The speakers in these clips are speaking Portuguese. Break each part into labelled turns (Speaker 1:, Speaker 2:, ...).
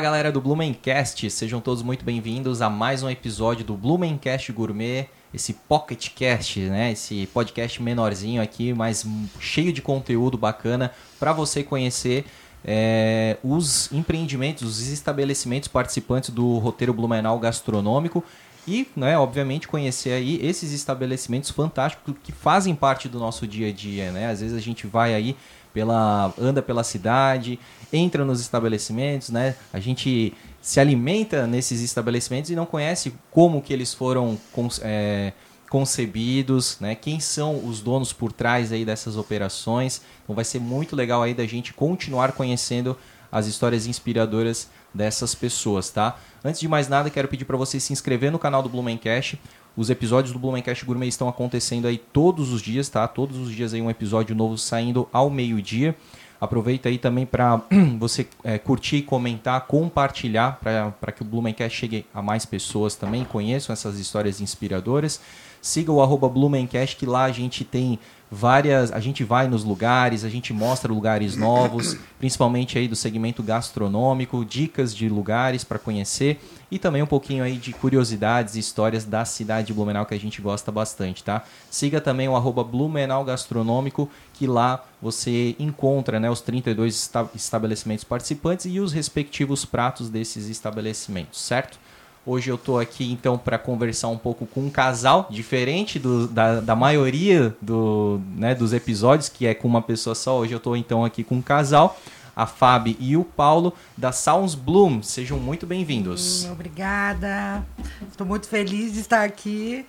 Speaker 1: galera do Blumencast, sejam todos muito bem-vindos a mais um episódio do Blumencast Gourmet, esse pocketcast, né? Esse podcast menorzinho aqui, mas cheio de conteúdo bacana para você conhecer é, os empreendimentos, os estabelecimentos participantes do roteiro Blumenau Gastronômico e, né, obviamente, conhecer aí esses estabelecimentos fantásticos que fazem parte do nosso dia a dia, né? Às vezes a gente vai aí pela anda pela cidade, entra nos estabelecimentos, né? A gente se alimenta nesses estabelecimentos e não conhece como que eles foram é, concebidos, né? Quem são os donos por trás aí dessas operações? Então vai ser muito legal aí da gente continuar conhecendo as histórias inspiradoras dessas pessoas, tá? Antes de mais nada, quero pedir para você se inscrever no canal do Blumencast. Os episódios do Blumencast Gourmet estão acontecendo aí todos os dias, tá? Todos os dias aí um episódio novo saindo ao meio-dia. Aproveita aí também para você é, curtir, comentar, compartilhar para que o Blumencast chegue a mais pessoas também, conheçam essas histórias inspiradoras. Siga o arroba Blumencast, que lá a gente tem várias. A gente vai nos lugares, a gente mostra lugares novos, principalmente aí do segmento gastronômico, dicas de lugares para conhecer e também um pouquinho aí de curiosidades e histórias da cidade de Blumenau que a gente gosta bastante, tá? Siga também o arroba Blumenau Gastronômico, que lá você encontra né, os 32 esta estabelecimentos participantes e os respectivos pratos desses estabelecimentos, certo? Hoje eu estou aqui então para conversar um pouco com um casal, diferente do, da, da, maioria do, né, dos episódios, que é com uma pessoa só. Hoje eu estou então aqui com um casal a Fábio e o Paulo da Sounds Bloom. Sejam muito bem-vindos.
Speaker 2: Obrigada. Estou muito feliz de estar aqui.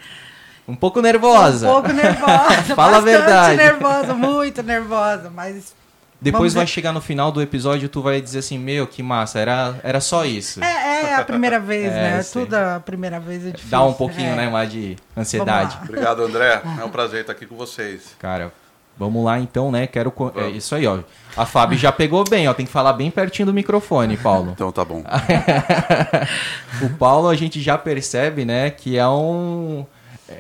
Speaker 1: Um pouco nervosa.
Speaker 2: Um pouco nervosa.
Speaker 1: Fala a verdade.
Speaker 2: nervosa, muito nervosa, mas
Speaker 1: depois Vamos vai ver. chegar no final do episódio tu vai dizer assim, meu, que massa, era, era só isso.
Speaker 2: É, é a primeira vez, é, né? Sim. Tudo a primeira vez é difícil.
Speaker 1: Dá um pouquinho, é. né, mais de ansiedade.
Speaker 3: Obrigado, André. É um prazer estar aqui com vocês.
Speaker 1: Cara, Vamos lá então, né? Quero. É isso aí, ó. A Fábio já pegou bem, ó. Tem que falar bem pertinho do microfone, Paulo.
Speaker 3: Então tá bom.
Speaker 1: Ah, o Paulo, a gente já percebe, né, que é um.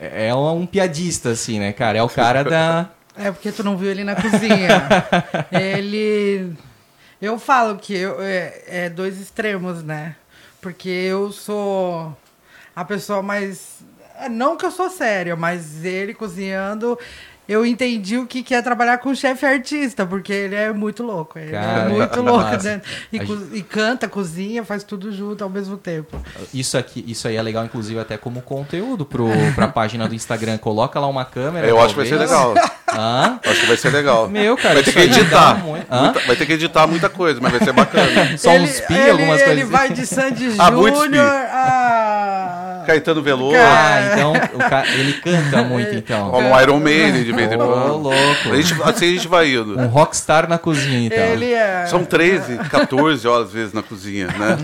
Speaker 1: É um piadista, assim, né, cara? É o cara da.
Speaker 2: É porque tu não viu ele na cozinha. ele. Eu falo que eu, é, é dois extremos, né? Porque eu sou a pessoa mais. Não que eu sou séria, mas ele cozinhando eu entendi o que, que é trabalhar com o chefe artista, porque ele é muito louco. Ele Cara, é muito louco. Né? E, gente... e, canta, cozinha, faz tudo junto ao mesmo tempo.
Speaker 1: Isso aqui, isso aí é legal, inclusive, até como conteúdo para a página do Instagram. Coloca lá uma câmera.
Speaker 3: Eu talvez. acho que vai ser legal. Hã? Acho que vai ser legal.
Speaker 1: Meu, cara,
Speaker 3: vai ter que editar. Muita, vai ter que editar muita coisa, mas vai ser bacana.
Speaker 1: Só ele, uns pi,
Speaker 2: ele,
Speaker 1: algumas Ah,
Speaker 2: ele
Speaker 1: coisas.
Speaker 2: Ele vai de Sandy Júnior
Speaker 3: a. Caetano Veloso.
Speaker 1: Ah, então ca... ele canta muito, então.
Speaker 3: Como um Iron Maiden de vez em
Speaker 1: quando. louco.
Speaker 3: A gente, assim a gente vai indo.
Speaker 1: Um rockstar na cozinha, então.
Speaker 2: Ele é.
Speaker 3: São 13, 14 horas às vezes na cozinha,
Speaker 2: né?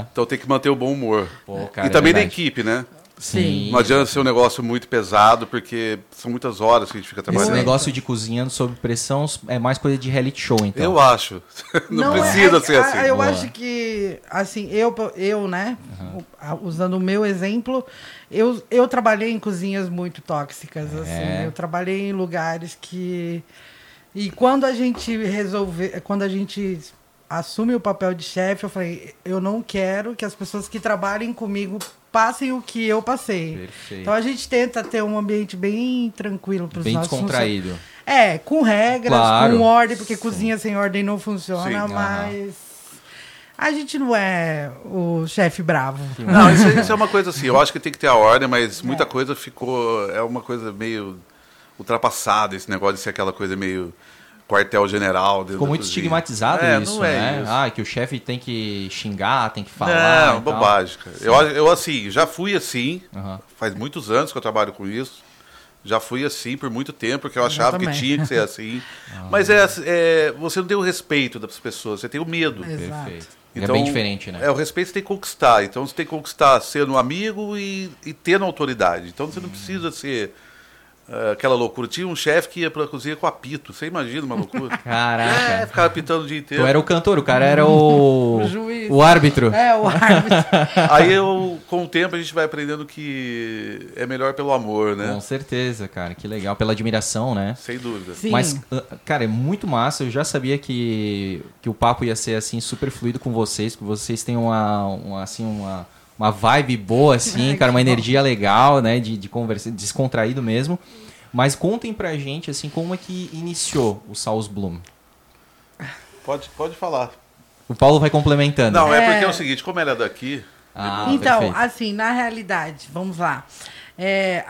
Speaker 3: É. Então tem que manter o bom humor.
Speaker 1: Pô, cara,
Speaker 3: e também
Speaker 1: é
Speaker 3: da equipe, né?
Speaker 1: Sim.
Speaker 3: Não adianta ser um negócio muito pesado, porque são muitas horas que a gente fica trabalhando.
Speaker 1: Esse negócio de cozinhando sob pressão é mais coisa de reality show, então.
Speaker 3: Eu acho. Não, Não precisa é, ser
Speaker 2: a,
Speaker 3: assim.
Speaker 2: Eu Boa. acho que, assim, eu, eu né, uhum. usando o meu exemplo, eu, eu trabalhei em cozinhas muito tóxicas, é. assim. Eu trabalhei em lugares que... E quando a gente resolve... Quando a gente assume o papel de chefe, eu falei, eu não quero que as pessoas que trabalhem comigo passem o que eu passei.
Speaker 1: Perfeito.
Speaker 2: Então a gente tenta ter um ambiente bem tranquilo para os
Speaker 1: nossos
Speaker 2: descontraído. Funcionários. É, com regras,
Speaker 1: claro.
Speaker 2: com ordem, porque Sim. cozinha sem ordem não funciona, Sim. mas uhum. a gente não é o chefe bravo.
Speaker 3: Não, isso, isso, é uma coisa assim, eu acho que tem que ter a ordem, mas muita é. coisa ficou, é uma coisa meio ultrapassada esse negócio de ser aquela coisa meio quartel-general.
Speaker 1: Ficou muito cozinha. estigmatizado
Speaker 3: é,
Speaker 1: isso,
Speaker 3: não é
Speaker 1: né?
Speaker 3: Isso.
Speaker 1: Ah, que o chefe tem que xingar, tem que falar.
Speaker 3: Não, bobagem. Eu, eu, assim, já fui assim, uhum. faz muitos anos que eu trabalho com isso. Já fui assim por muito tempo, porque eu achava eu que tinha que ser assim. ah, Mas é, é, você não tem o respeito das pessoas, você tem o medo.
Speaker 2: Exato. Perfeito.
Speaker 1: Então, é bem diferente, né?
Speaker 3: Ah. É, o respeito você tem que conquistar. Então você tem que conquistar sendo um amigo e, e tendo autoridade. Então você hum. não precisa ser ah, aquela loucura. Tinha um chefe que ia pra cozinha com apito. Você imagina uma loucura?
Speaker 1: Caraca.
Speaker 3: É, ficava apitando o dia inteiro.
Speaker 1: Tu era um o cantor, o cara era o.
Speaker 2: O juiz.
Speaker 1: O árbitro.
Speaker 2: É, o árbitro.
Speaker 3: Aí eu, com o tempo, a gente vai aprendendo que é melhor pelo amor, né?
Speaker 1: Com certeza, cara. Que legal. Pela admiração, né?
Speaker 3: Sem dúvida.
Speaker 2: Sim.
Speaker 1: Mas, ah, cara, é muito massa. Eu já sabia que, que o papo ia ser assim super fluido com vocês, que vocês têm uma, uma, assim uma uma vibe boa assim, cara, uma energia legal, né, de, de conversa, descontraído mesmo. Mas contem pra gente assim como é que iniciou o Saus Bloom.
Speaker 3: Pode, pode falar.
Speaker 1: O Paulo vai complementando. né?
Speaker 3: Não, é.
Speaker 2: É.
Speaker 3: porque é o seguinte, como ela é daqui,
Speaker 1: Ah,
Speaker 2: então,
Speaker 1: perfeito.
Speaker 2: assim, na realidade, vamos lá. É,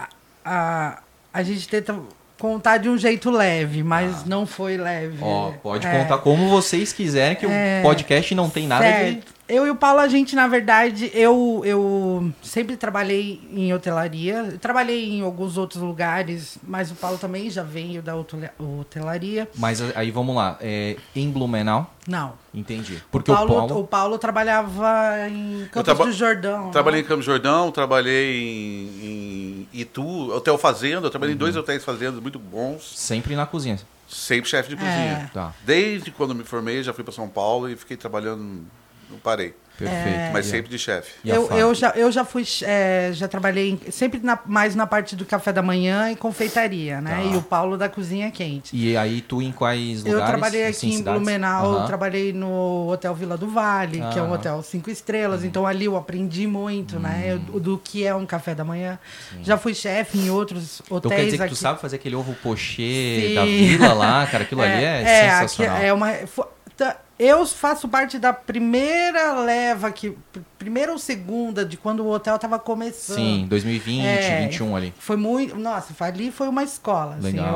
Speaker 2: a, a gente tenta contar de um jeito leve, mas não foi leve.
Speaker 1: Ah. Ó, pode
Speaker 2: É.
Speaker 1: contar como vocês quiserem que o podcast não tem nada de
Speaker 2: Certo. Eu e o Paulo, a gente, na verdade, eu, eu sempre trabalhei em hotelaria. Eu trabalhei em alguns outros lugares, mas o Paulo também já veio da hotela- hotelaria.
Speaker 1: Mas a- aí vamos lá, é, em Blumenau,
Speaker 2: Não.
Speaker 1: entendi. Porque
Speaker 2: Paulo-
Speaker 1: o Paulo,
Speaker 2: o Paulo trabalhava em Campos
Speaker 3: traba-
Speaker 2: do Jordão. né?
Speaker 3: trabalhei em Campo Jordão, trabalhei em, em Itu, Hotel Fazenda, eu trabalhei em
Speaker 1: Uhum.
Speaker 3: dois hotéis fazendas muito bons,
Speaker 1: sempre na cozinha.
Speaker 2: É.
Speaker 3: sempre chefe de cozinha.
Speaker 1: Tá,
Speaker 3: Desde quando me formei, já fui para São Paulo e fiquei trabalhando, não parei,
Speaker 1: perfeito.
Speaker 3: mas
Speaker 1: E a-
Speaker 3: sempre de chefe.
Speaker 1: e a
Speaker 2: Eu,
Speaker 1: Fábio?
Speaker 2: eu, já, eu já fui, é, já trabalhei em- sempre na- mais na parte do café da manhã e confeitaria, né?
Speaker 1: Tá.
Speaker 2: E o Paulo da cozinha quente.
Speaker 1: E aí tu em quais
Speaker 2: Eu
Speaker 1: lugares?
Speaker 2: trabalhei aqui
Speaker 1: assim,
Speaker 2: em
Speaker 1: cidades?
Speaker 2: Blumenau,
Speaker 1: Aham.
Speaker 2: trabalhei no Hotel Vila do Vale, que é um
Speaker 1: Ah.
Speaker 2: hotel cinco estrelas,
Speaker 1: Uhum.
Speaker 2: então ali eu aprendi muito, né? Eu- do que é um café da manhã. Já fui chefe em outros hotéis
Speaker 1: Então quer dizer que
Speaker 2: aqui.
Speaker 1: tu sabe fazer aquele ovo pochê
Speaker 2: Sim.
Speaker 1: da vila lá, cara, aquilo ali é, sensacional.
Speaker 2: aqui é uma, fo- tá- eu faço parte da primeira leva que. pr- Primeira ou segunda de quando o hotel tava começando.
Speaker 1: Sim, 2020,
Speaker 2: É.
Speaker 1: 21 ali.
Speaker 2: Foi muito. Nossa, ali foi uma escola.
Speaker 1: Legal.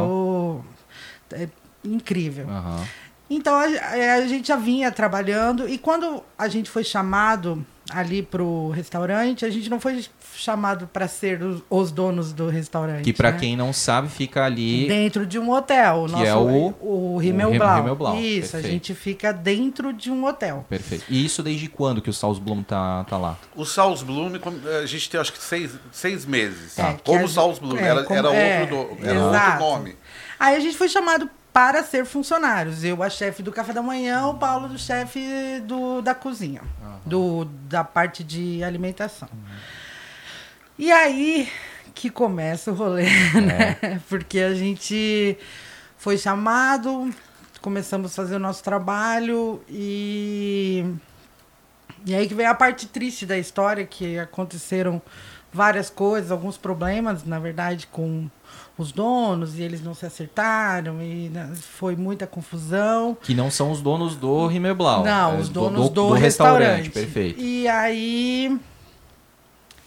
Speaker 2: Assim, eu- é incrível.
Speaker 1: Aham.
Speaker 2: Então a, é, a gente já vinha trabalhando e quando a gente foi chamado ali pro restaurante, a gente não foi chamado para ser os, os donos do restaurante.
Speaker 1: Que pra
Speaker 2: né?
Speaker 1: quem não sabe, fica ali.
Speaker 2: Dentro de um hotel. O
Speaker 1: Que
Speaker 2: nosso,
Speaker 1: é o-
Speaker 2: o
Speaker 1: o
Speaker 2: Rimmel
Speaker 1: Rim-
Speaker 2: Blau.
Speaker 1: Himmelblau,
Speaker 2: Isso, a
Speaker 1: perfeito.
Speaker 2: gente fica dentro de um hotel.
Speaker 1: Perfeito. E isso desde quando que o Saus Blum tá, tá lá?
Speaker 3: O Saus Bloom, como- eh, a gente tem acho que seis, seis meses.
Speaker 2: É, que
Speaker 3: Tá. como
Speaker 2: a-
Speaker 3: Saus Bloom,
Speaker 2: é,
Speaker 3: era,
Speaker 2: como-
Speaker 3: era
Speaker 2: é,
Speaker 3: outro, do- era outro
Speaker 2: exato.
Speaker 3: nome.
Speaker 2: Aí a gente foi chamado para ser funcionários. Eu, a chefe do café da manhã, o Paulo, do chefe do, da cozinha, do, da parte de alimentação. E aí que começa o rolê,
Speaker 3: É.
Speaker 2: né? Porque a gente foi chamado, começamos a fazer o nosso trabalho e e aí que vem a parte triste da história, que aconteceram várias coisas, alguns problemas, na verdade, com os donos, e eles não se acertaram, e né, foi muita confusão.
Speaker 1: Que não são os donos do Rimmel Blau.
Speaker 2: Não,
Speaker 1: é,
Speaker 2: os donos do, restaurante.
Speaker 1: Perfeito.
Speaker 2: E aí,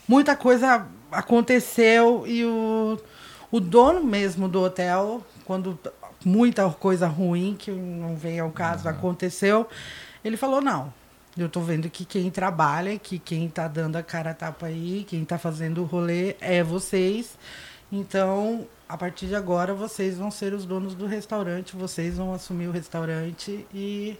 Speaker 2: muita coisa aconteceu e o, o dono mesmo do hotel, quando muita coisa ruim, que não vem ao caso, aconteceu, ele falou, não, eu tô vendo que quem trabalha, que quem tá dando a cara a tapa aí, quem tá fazendo o rolê é vocês. Então, a partir de agora, vocês vão ser os donos do restaurante, vocês vão assumir o restaurante e...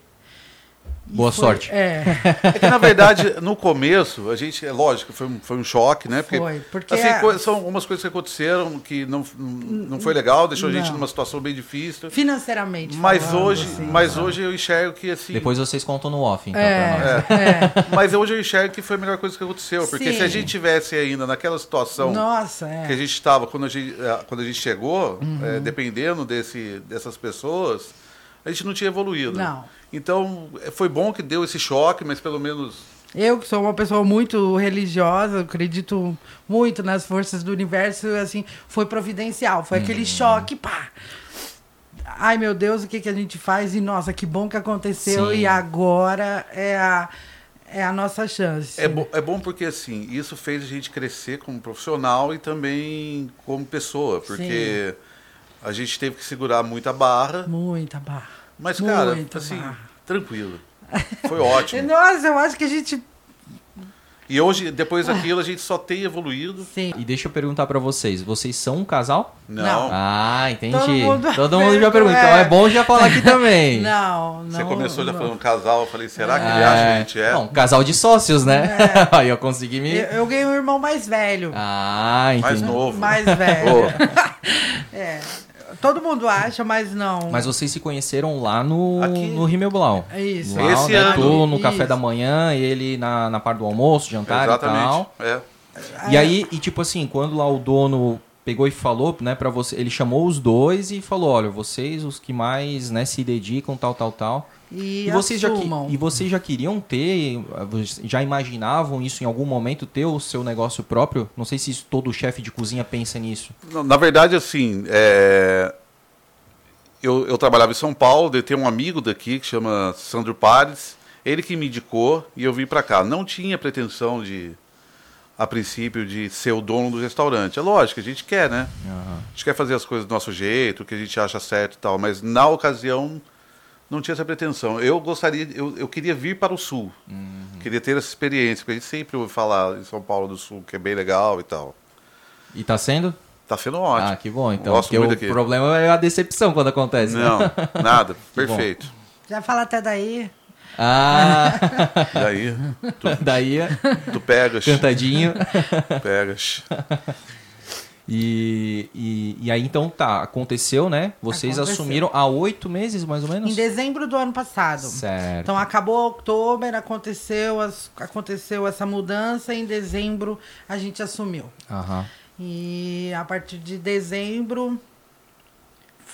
Speaker 2: e
Speaker 1: Boa sorte.
Speaker 2: É.
Speaker 3: É que, na verdade, no começo, a gente, é lógico, foi um, foi um choque, né?
Speaker 2: Foi, porque
Speaker 3: assim,
Speaker 2: a-
Speaker 3: coi- são algumas coisas que aconteceram que não, não foi legal, deixou a gente
Speaker 2: Não.
Speaker 3: numa situação bem difícil.
Speaker 2: financeiramente
Speaker 3: Mas
Speaker 2: falando,
Speaker 3: hoje,
Speaker 2: assim.
Speaker 3: mas hoje eu enxergo que assim.
Speaker 1: Depois vocês contam no off, então, pra nós.
Speaker 2: é, é.
Speaker 3: Mas hoje eu enxergo que foi a melhor coisa que aconteceu. Porque
Speaker 2: Sim.
Speaker 3: se a gente tivesse ainda naquela situação
Speaker 2: nossa
Speaker 3: então, que a
Speaker 2: é.
Speaker 3: gente estava quando a gente, eh, quando a gente chegou, eh,
Speaker 2: Uhum.
Speaker 3: dependendo desse, dessas pessoas, a gente não tinha evoluído.
Speaker 2: Não.
Speaker 3: Então, eh, foi bom que deu esse choque, mas pelo menos.
Speaker 2: eu que sou uma pessoa muito religiosa eu acredito muito nas forças do universo assim foi providencial foi
Speaker 3: Hum.
Speaker 2: aquele choque pá ai meu Deus o que que a gente faz e nossa que bom que aconteceu
Speaker 1: Sim.
Speaker 2: e agora é a é a nossa chance
Speaker 3: É, bo é bom porque, assim, isso fez a gente crescer como profissional e também como pessoa, porque a gente teve que segurar muita barra,
Speaker 2: muita barra
Speaker 3: mas, cara,
Speaker 2: muita
Speaker 3: assim, tipo
Speaker 2: barra.
Speaker 3: tranquilo. Foi ótimo.
Speaker 2: nossa eu acho que a gente
Speaker 3: E hoje, depois daquilo, a gente só tem evoluído.
Speaker 2: sim
Speaker 1: E deixa eu perguntar pra vocês, vocês são um casal?
Speaker 3: Não.
Speaker 1: Ah, entendi.
Speaker 2: Todo mundo-
Speaker 1: já pergunta. Então é bom já falar aqui também. Ah,
Speaker 2: não não
Speaker 3: Você começou já
Speaker 2: não.
Speaker 3: falando casal, eu falei, será que ele acha que a gente é?
Speaker 1: Bom, casal de sócios, né?
Speaker 2: É.
Speaker 1: Aí eu consegui me.
Speaker 2: eu, eu ganhei um irmão mais velho
Speaker 1: Ah, entendi.
Speaker 3: Mais novo.
Speaker 2: mais velho
Speaker 3: Ô,
Speaker 2: É. Todo mundo acha, mas não.
Speaker 1: Mas vocês se conheceram lá no,
Speaker 3: Aqui.
Speaker 1: no Himmelblau.
Speaker 2: É isso.
Speaker 1: Lá,
Speaker 3: Esse
Speaker 1: né,
Speaker 3: ano.
Speaker 1: tu no café
Speaker 2: Isso.
Speaker 1: da manhã, ele na, na parte do almoço, jantar e
Speaker 3: Exatamente.
Speaker 1: tal.
Speaker 3: É.
Speaker 1: E aí, e tipo assim, quando lá o dono pegou e falou, né, para você, ele chamou os dois e falou, olha, vocês os que mais, né, se dedicam tal, tal, tal.
Speaker 2: E,
Speaker 1: E vocês, já, que-
Speaker 2: assumam.
Speaker 1: e vocês já queriam ter, já imaginavam isso em algum momento, ter o seu negócio próprio? Não sei se isso- todo chefe de cozinha pensa nisso.
Speaker 3: Não, Na verdade, assim, é, eu, eu trabalhava em São Paulo, daí tem um amigo daqui que chama Sandro Pares, ele que me indicou e eu vim para cá. Não tinha pretensão de, a princípio, de ser o dono do restaurante. É lógico, a gente quer, né? A gente quer fazer as coisas do nosso jeito, o que a gente acha certo e tal, mas na ocasião não tinha essa pretensão. Eu gostaria, eu, eu queria vir para o Sul, queria ter essa experiência, porque a gente sempre ouve falar em São Paulo do Sul, que é bem legal e tal.
Speaker 1: E tá sendo?
Speaker 3: Tá sendo ótimo.
Speaker 1: Ah, que bom. Então,
Speaker 3: Gosto
Speaker 1: porque
Speaker 3: muito
Speaker 1: o
Speaker 3: aqui.
Speaker 1: problema é a decepção quando acontece. né?
Speaker 3: Não, nada.
Speaker 1: bom.
Speaker 3: Perfeito.
Speaker 2: Já fala até daí.
Speaker 1: Ah,
Speaker 3: Daí,
Speaker 1: daí é
Speaker 3: tu pegas,
Speaker 1: cantadinho.
Speaker 3: pegas.
Speaker 1: E, e, e aí então tá, aconteceu, né? Vocês
Speaker 2: Aconteceu.
Speaker 1: assumiram há oito meses, mais ou menos?
Speaker 2: Em dezembro do ano passado.
Speaker 1: Certo.
Speaker 2: Então acabou outubro, aconteceu, as- aconteceu essa mudança, em dezembro a gente assumiu.
Speaker 1: Aham.
Speaker 2: E a partir de dezembro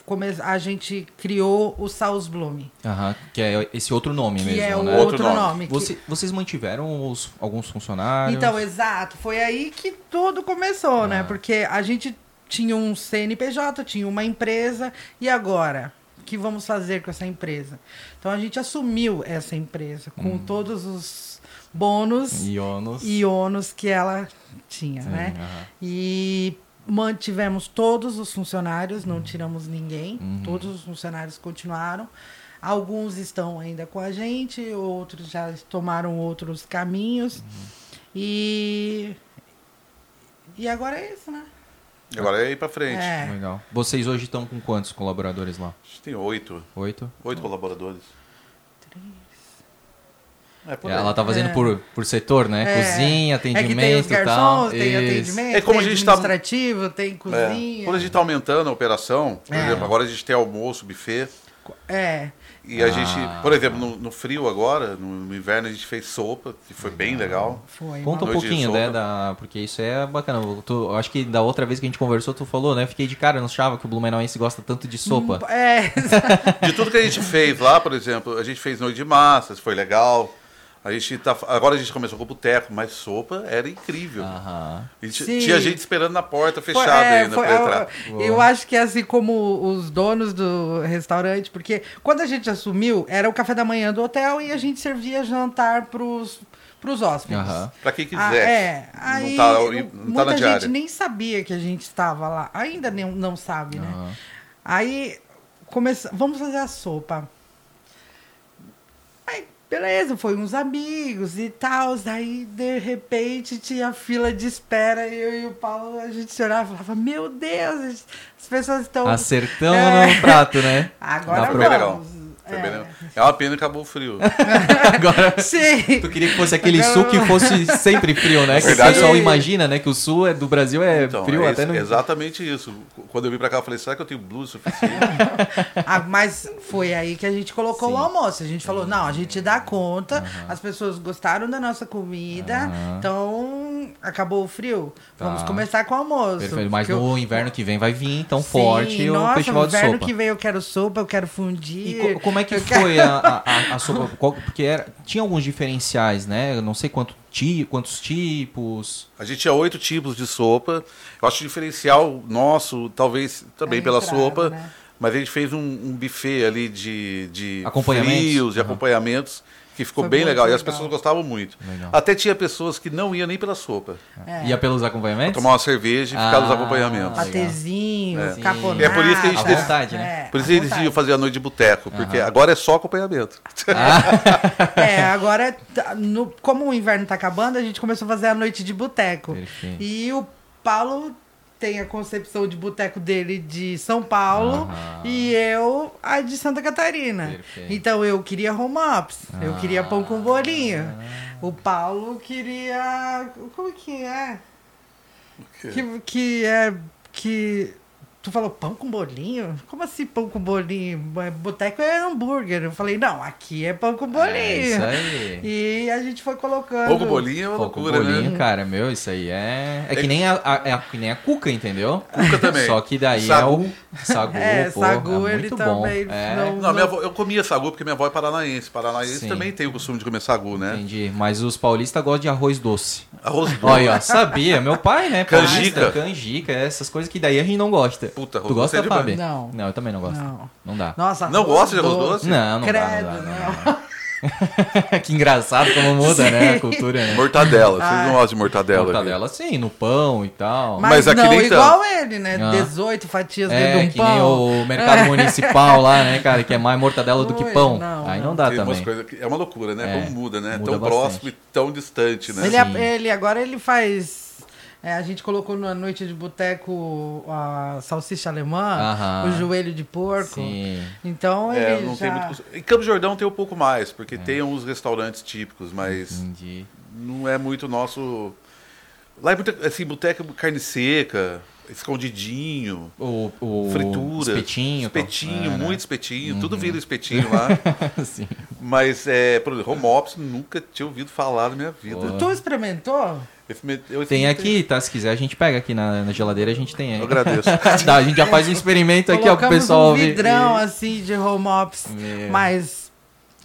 Speaker 2: come- a gente criou o Saus Bloom,
Speaker 1: Aham. Que é esse outro nome
Speaker 2: que
Speaker 1: mesmo,
Speaker 2: é o
Speaker 1: né?
Speaker 2: outro
Speaker 3: Outro nome.
Speaker 2: nome. que-
Speaker 1: Você- vocês mantiveram os- alguns funcionários?
Speaker 2: Então, exato, foi aí que tudo começou, né? Porque a gente tinha um CNPJ, tinha uma empresa, e agora? O que vamos fazer com essa empresa? Então a gente assumiu essa empresa com todos os bônus
Speaker 1: Ionos.
Speaker 2: e ônus que ela tinha,
Speaker 1: Sim,
Speaker 2: né?
Speaker 1: aham.
Speaker 2: E mantivemos todos os funcionários,
Speaker 1: Uhum.
Speaker 2: não tiramos ninguém, todos os funcionários continuaram. Alguns estão ainda com a gente, outros já tomaram outros caminhos.
Speaker 1: Uhum.
Speaker 2: E. E agora é isso, né?
Speaker 3: Agora é ir pra
Speaker 1: tipo,
Speaker 3: frente.
Speaker 2: É.
Speaker 1: Legal. Vocês hoje estão com quantos colaboradores lá?
Speaker 3: A gente tem oito.
Speaker 1: Oito?
Speaker 3: Oito colaboradores. É, por aí.
Speaker 1: Ela tá fazendo por, por setor, né?
Speaker 2: É.
Speaker 1: Cozinha,
Speaker 2: é que
Speaker 1: atendimento
Speaker 2: tem os
Speaker 1: e
Speaker 2: garçons,
Speaker 1: tal.
Speaker 2: tem
Speaker 1: Isso.
Speaker 2: atendimento,
Speaker 3: É como
Speaker 2: tem
Speaker 3: a gente tá-
Speaker 2: administrativo, tem
Speaker 3: É.
Speaker 2: cozinha.
Speaker 3: Quando a gente tá aumentando a operação, por
Speaker 2: É.
Speaker 3: exemplo, agora a gente tem almoço, buffet.
Speaker 2: É.
Speaker 3: E a
Speaker 1: Ah.
Speaker 3: gente, por exemplo, no, no frio agora, no, no inverno, a gente fez sopa, que foi bem legal.
Speaker 2: Foi.
Speaker 1: Conta um
Speaker 3: Noite de
Speaker 1: pouquinho,
Speaker 3: sopa.
Speaker 1: né? Da, porque isso é bacana. Eu tô- eu acho que da outra vez que a gente conversou, tu falou, né? Fiquei de cara, eu não achava que o Blumenauense gosta tanto de sopa.
Speaker 2: uma- É,
Speaker 3: De tudo que a gente fez lá, por exemplo, a gente fez noite de massas, foi legal. A gente tá, agora a gente começou com o boteco, mas sopa era incrível.
Speaker 1: Aham.
Speaker 3: E t-
Speaker 2: Sim.
Speaker 3: Tinha gente esperando na porta
Speaker 2: Foi-
Speaker 3: fechada
Speaker 2: é,
Speaker 3: ainda
Speaker 2: foi-
Speaker 3: pra entrar.
Speaker 2: eu, eu acho que assim como os donos do restaurante, porque quando a gente assumiu, era o café da manhã do hotel e a gente servia jantar pros, pros hóspedes.
Speaker 1: Aham.
Speaker 3: Pra quem quiser.
Speaker 2: Ah, é, aí
Speaker 3: não tá, não tá
Speaker 2: muita
Speaker 3: na
Speaker 2: gente
Speaker 3: diária.
Speaker 2: nem sabia que a gente estava lá, ainda nem, não sabe, né?
Speaker 1: Aham.
Speaker 2: Aí começa, vamos fazer a sopa. Aí, beleza, foi uns amigos e tal. Aí, de repente, tinha fila de espera. e Eu e o Paulo, a gente chorava e falava: Meu Deus, gente, as pessoas estão.
Speaker 1: Acertão
Speaker 2: Então, É.
Speaker 1: no prato, né?
Speaker 2: Agora
Speaker 1: Dá
Speaker 3: Foi
Speaker 1: pra-
Speaker 3: bem
Speaker 2: vamos.
Speaker 3: legal. Foi
Speaker 2: É.
Speaker 3: bem legal. É uma pena que acabou o frio.
Speaker 1: Agora.
Speaker 2: Sim.
Speaker 1: Tu queria que fosse aquele
Speaker 2: Agora-
Speaker 1: sul que fosse sempre frio, né? Que
Speaker 3: Verdade.
Speaker 1: o pessoal
Speaker 2: Sim.
Speaker 1: imagina, né? Que o sul é, do Brasil é
Speaker 3: Então,
Speaker 1: frio
Speaker 3: é
Speaker 1: até
Speaker 3: isso-
Speaker 1: no.
Speaker 3: exatamente isso. Quando eu vim pra cá, eu falei, será que eu tenho blues suficiente?
Speaker 2: Ah, mas foi aí que a gente colocou
Speaker 1: Sim.
Speaker 2: o almoço. A gente falou, não, a gente dá conta, as pessoas gostaram da nossa comida,
Speaker 1: Aham.
Speaker 2: então acabou o frio.
Speaker 1: Tá.
Speaker 2: Vamos começar com o almoço.
Speaker 1: Perfeito. Mas
Speaker 2: Porque
Speaker 1: no
Speaker 2: eu-
Speaker 1: inverno que vem vai vir tão
Speaker 2: Sim,
Speaker 1: forte o
Speaker 2: nossa,
Speaker 1: festival de
Speaker 2: inverno
Speaker 1: sopa.
Speaker 2: que vem eu quero sopa, eu quero
Speaker 1: E
Speaker 2: fundir.
Speaker 1: co- como é que
Speaker 2: eu quero-
Speaker 1: foi a, a- a- a sopa? Qual- porque era- tinha alguns diferenciais, né? Eu não sei quanto ti, quantos tipos.
Speaker 3: A gente tinha oito tipos de sopa. Eu acho diferencial nosso, talvez também
Speaker 2: É,
Speaker 3: pela
Speaker 2: entrada,
Speaker 3: sopa,
Speaker 2: né?
Speaker 3: mas a gente fez um, um buffet ali de, de
Speaker 1: Acompanhamentos.
Speaker 3: frios, de
Speaker 1: Aham.
Speaker 3: acompanhamentos, que ficou
Speaker 2: Foi
Speaker 3: bem
Speaker 2: muito
Speaker 3: legal. E as
Speaker 2: legal.
Speaker 3: pessoas gostavam muito.
Speaker 1: Legal.
Speaker 3: Até tinha pessoas que não iam nem pela sopa.
Speaker 2: É.
Speaker 1: Ia pelos acompanhamentos?
Speaker 3: Tomar uma cerveja e ficar nos
Speaker 1: Ah.
Speaker 3: acompanhamentos.
Speaker 2: Patezinho,
Speaker 1: Sim.
Speaker 2: caponado.
Speaker 3: Tá É por isso que a gente
Speaker 1: À
Speaker 3: desse-
Speaker 1: vontade, né?
Speaker 2: É,
Speaker 3: Por isso
Speaker 2: à
Speaker 3: que eles
Speaker 2: vontade.
Speaker 3: iam fazer a noite de boteco, porque agora é só acompanhamento.
Speaker 1: Ah.
Speaker 2: É, agora, tá- no- como o inverno tá acabando, a gente começou a fazer a noite de boteco.
Speaker 1: Perfeito.
Speaker 2: E o Paulo tem a concepção de boteco dele de São Paulo
Speaker 1: Aham.
Speaker 2: e eu a de Santa Catarina.
Speaker 1: Perfeito. Ah.
Speaker 2: Então eu queria home ups, eu queria pão com bolinho. O Paulo queria. Como que é? Que, que é. Que. Tu falou pão com bolinho? Como assim pão com bolinho? Boteco é hambúrguer. Eu falei, não, aqui é pão com bolinho.
Speaker 1: É isso aí.
Speaker 2: E a gente foi colocando.
Speaker 3: Pouco bolinho é uma
Speaker 1: Pô, com
Speaker 3: loucura,
Speaker 1: bolinho,
Speaker 3: né?
Speaker 1: cara, meu, isso aí é. É que
Speaker 3: É-
Speaker 1: nem a, a- é a- que nem a cuca, entendeu?
Speaker 3: Cuca também.
Speaker 1: Só que daí
Speaker 3: Sagu.
Speaker 1: é o. Sagu,
Speaker 2: É,
Speaker 1: pô,
Speaker 2: sagu,
Speaker 1: é muito
Speaker 2: ele
Speaker 1: bom.
Speaker 2: também
Speaker 1: É,
Speaker 2: não-
Speaker 3: Não, minha avó- eu comia sagu porque minha avó é paranaense. Paranaense
Speaker 1: Sim.
Speaker 3: também tem o costume de comer sagu, né?
Speaker 1: Entendi. Mas os paulistas gostam de arroz doce.
Speaker 3: Arroz doce.
Speaker 1: Olha, ó, sabia, meu pai, né? paulista,
Speaker 3: Canjica.
Speaker 1: Canjica, essas coisas que daí a gente não gosta.
Speaker 3: Puta,
Speaker 1: tu
Speaker 3: arroz
Speaker 1: gosta,
Speaker 3: doce é
Speaker 1: Fábio?
Speaker 2: demais. Não.
Speaker 1: Não, eu também não gosto. Não,
Speaker 2: Não.
Speaker 1: dá.
Speaker 2: Nossa,
Speaker 3: Não gosta de arroz doce?
Speaker 1: Não, não
Speaker 2: Credo, né?
Speaker 1: dá, não dá, não
Speaker 2: não.
Speaker 1: que engraçado como muda, né? A
Speaker 2: Sim.
Speaker 1: cultura, né?
Speaker 3: Mortadela. Vocês não
Speaker 2: Ah.
Speaker 3: gostam de mortadela?
Speaker 1: Mortadela, sim, no pão e tal.
Speaker 2: Mas,
Speaker 3: Mas aqui
Speaker 2: não
Speaker 3: nem
Speaker 2: igual ele, né?
Speaker 1: Ah.
Speaker 2: 18 fatias
Speaker 1: é,
Speaker 2: dentro de um
Speaker 1: que
Speaker 2: pão. É.
Speaker 1: nem o mercado municipal lá, né, cara? Que é mais mortadela do que
Speaker 2: Ui,
Speaker 1: pão.
Speaker 2: não,
Speaker 1: Aí não
Speaker 2: não.
Speaker 1: dá
Speaker 3: Tem umas
Speaker 1: tá também.
Speaker 3: coisas que- é uma loucura, né?
Speaker 1: É,
Speaker 3: Como muda, né?
Speaker 1: muda
Speaker 3: tão
Speaker 1: bastante.
Speaker 3: próximo e tão distante, né?
Speaker 2: Ele, é
Speaker 1: Sim.
Speaker 2: ele- agora ele faz. é, a gente colocou na noite de boteco a salsicha alemã,
Speaker 1: Aham.
Speaker 2: o joelho de porco.
Speaker 1: Sim.
Speaker 2: Então ele
Speaker 3: É, não
Speaker 2: já...
Speaker 3: tem muito costume. Em Campo Jordão tem um pouco mais,
Speaker 1: É.
Speaker 3: porque tem uns restaurantes típicos, mas
Speaker 1: Entendi.
Speaker 3: não é muito nosso. Lá é muito, assim, boteca carne seca, escondidinho,
Speaker 1: O, o
Speaker 3: fritura.
Speaker 1: Espetinho. tal.
Speaker 3: Espetinho,
Speaker 1: É, né?
Speaker 3: muito espetinho, tudo vira espetinho lá.
Speaker 1: sim.
Speaker 3: Mas, é, por exemplo, home office nunca tinha ouvido falar na minha vida.
Speaker 2: Tu experimentou?
Speaker 3: Eu fui- eu
Speaker 1: Tem
Speaker 3: fui-
Speaker 1: aqui, tá? Se quiser, a gente pega aqui na, na geladeira, a gente tem aí.
Speaker 3: Eu agradeço.
Speaker 1: Tá, a gente já faz um experimento aqui, ó, pro
Speaker 2: Colocamos
Speaker 1: pessoal É.
Speaker 2: um
Speaker 1: ver.
Speaker 2: vidrão assim de home office,
Speaker 1: Meu.
Speaker 2: mas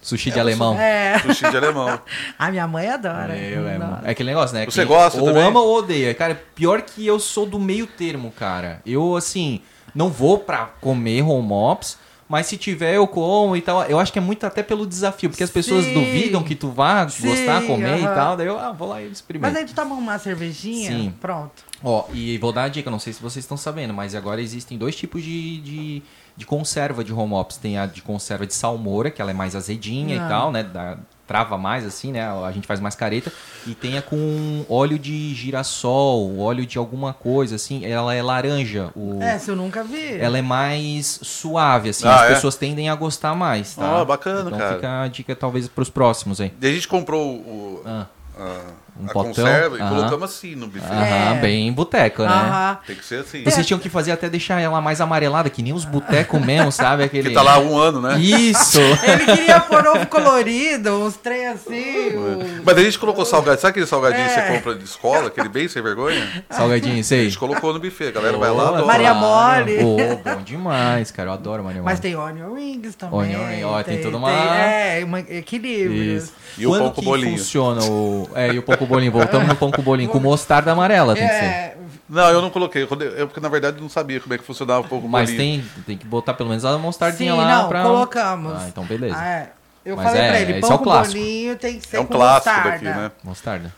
Speaker 1: Sushi de alemão.
Speaker 2: é.
Speaker 3: Sushi de alemão.
Speaker 2: A minha mãe adora.
Speaker 1: Meu, é,
Speaker 2: Nossa.
Speaker 1: é aquele negócio, né?
Speaker 3: Você
Speaker 1: que
Speaker 3: gosta
Speaker 1: Ou
Speaker 3: também?
Speaker 1: ama ou odeia. Cara, pior que eu sou do meio termo, cara. Eu, assim, não vou pra comer home ops, mas se tiver eu como e tal. Eu acho que é muito até pelo desafio, porque as pessoas
Speaker 2: Sim.
Speaker 1: duvidam que tu vá
Speaker 2: Sim,
Speaker 1: gostar, comer e
Speaker 2: aham.
Speaker 1: tal. Daí eu, ah, vou lá e
Speaker 2: Mas
Speaker 1: experimento.
Speaker 2: aí tu toma uma cervejinha,
Speaker 1: Sim.
Speaker 2: pronto.
Speaker 1: Ó, e vou dar a dica, não sei se vocês estão sabendo, mas agora existem dois tipos de, de, de conserva de home ops. Tem a de conserva de salmoura, que ela é mais azedinha e
Speaker 2: Ah.
Speaker 1: tal, né? Dá- trava mais assim, né? A gente faz mais careta. E tem a com óleo de girassol, óleo de alguma coisa, assim. Ela é laranja. O,
Speaker 2: Essa eu nunca vi.
Speaker 1: Ela é mais suave, assim.
Speaker 3: Ah,
Speaker 1: as
Speaker 3: é?
Speaker 1: pessoas tendem a gostar mais, tá?
Speaker 3: Ah, bacana,
Speaker 1: então
Speaker 3: cara.
Speaker 1: fica a dica, talvez, pros próximos aí.
Speaker 3: E a gente comprou o,
Speaker 1: Ah.
Speaker 3: a,
Speaker 1: Um
Speaker 3: a
Speaker 1: potão?
Speaker 3: conserva e
Speaker 1: Aham.
Speaker 3: colocamos assim no buffet.
Speaker 1: Aham,
Speaker 2: É.
Speaker 1: bem boteco, né?
Speaker 2: Aham.
Speaker 3: Tem que ser assim.
Speaker 2: É.
Speaker 1: Vocês tinham que fazer até deixar ela mais amarelada, que nem os botecos mesmo, sabe? Aquele...
Speaker 3: Que tá lá há um ano, né?
Speaker 1: Isso!
Speaker 2: Ele queria pôr ovo colorido, uns três assim. o-
Speaker 3: Mas a gente colocou salgadinho. Sabe aquele salgadinho que
Speaker 2: É.
Speaker 3: você compra de escola, aquele bem sem vergonha?
Speaker 1: Salgadinho,
Speaker 3: A
Speaker 1: sei.
Speaker 3: gente colocou no buffet. A galera vai lá, adora.
Speaker 2: Maria Mole.
Speaker 1: Pô, bom demais, cara. Eu adoro Maria Mole.
Speaker 2: Mas tem onion rings também.
Speaker 1: Onion ring, ó, tem toda uma-
Speaker 2: é, uma equilíbrio.
Speaker 1: Isso.
Speaker 3: E o
Speaker 1: Quando
Speaker 3: pão com
Speaker 1: que
Speaker 3: bolinho?
Speaker 1: funciona o... É, e o pão com bolinho. Voltamos no pão com bolinho. Com mostarda amarela, tem que ser.
Speaker 2: É,
Speaker 3: Não, eu não coloquei. Quando Eu, eu, porque na verdade não sabia como é que funcionava um pouco
Speaker 1: Mas
Speaker 3: bolinho.
Speaker 1: tem, tem que botar pelo menos a mostardinha
Speaker 2: sim,
Speaker 1: lá
Speaker 2: não,
Speaker 1: pra...
Speaker 2: colocamos.
Speaker 1: Ah, então beleza.
Speaker 2: Ah, é. Eu
Speaker 1: Mas
Speaker 2: falei
Speaker 1: é,
Speaker 2: pra ele,
Speaker 1: esse
Speaker 2: pão
Speaker 1: é o
Speaker 2: com
Speaker 1: clássico.
Speaker 2: bolinho tem que ser
Speaker 3: É um
Speaker 2: com
Speaker 3: clássico
Speaker 2: mostarda.
Speaker 3: daqui, né?
Speaker 1: Mostarda.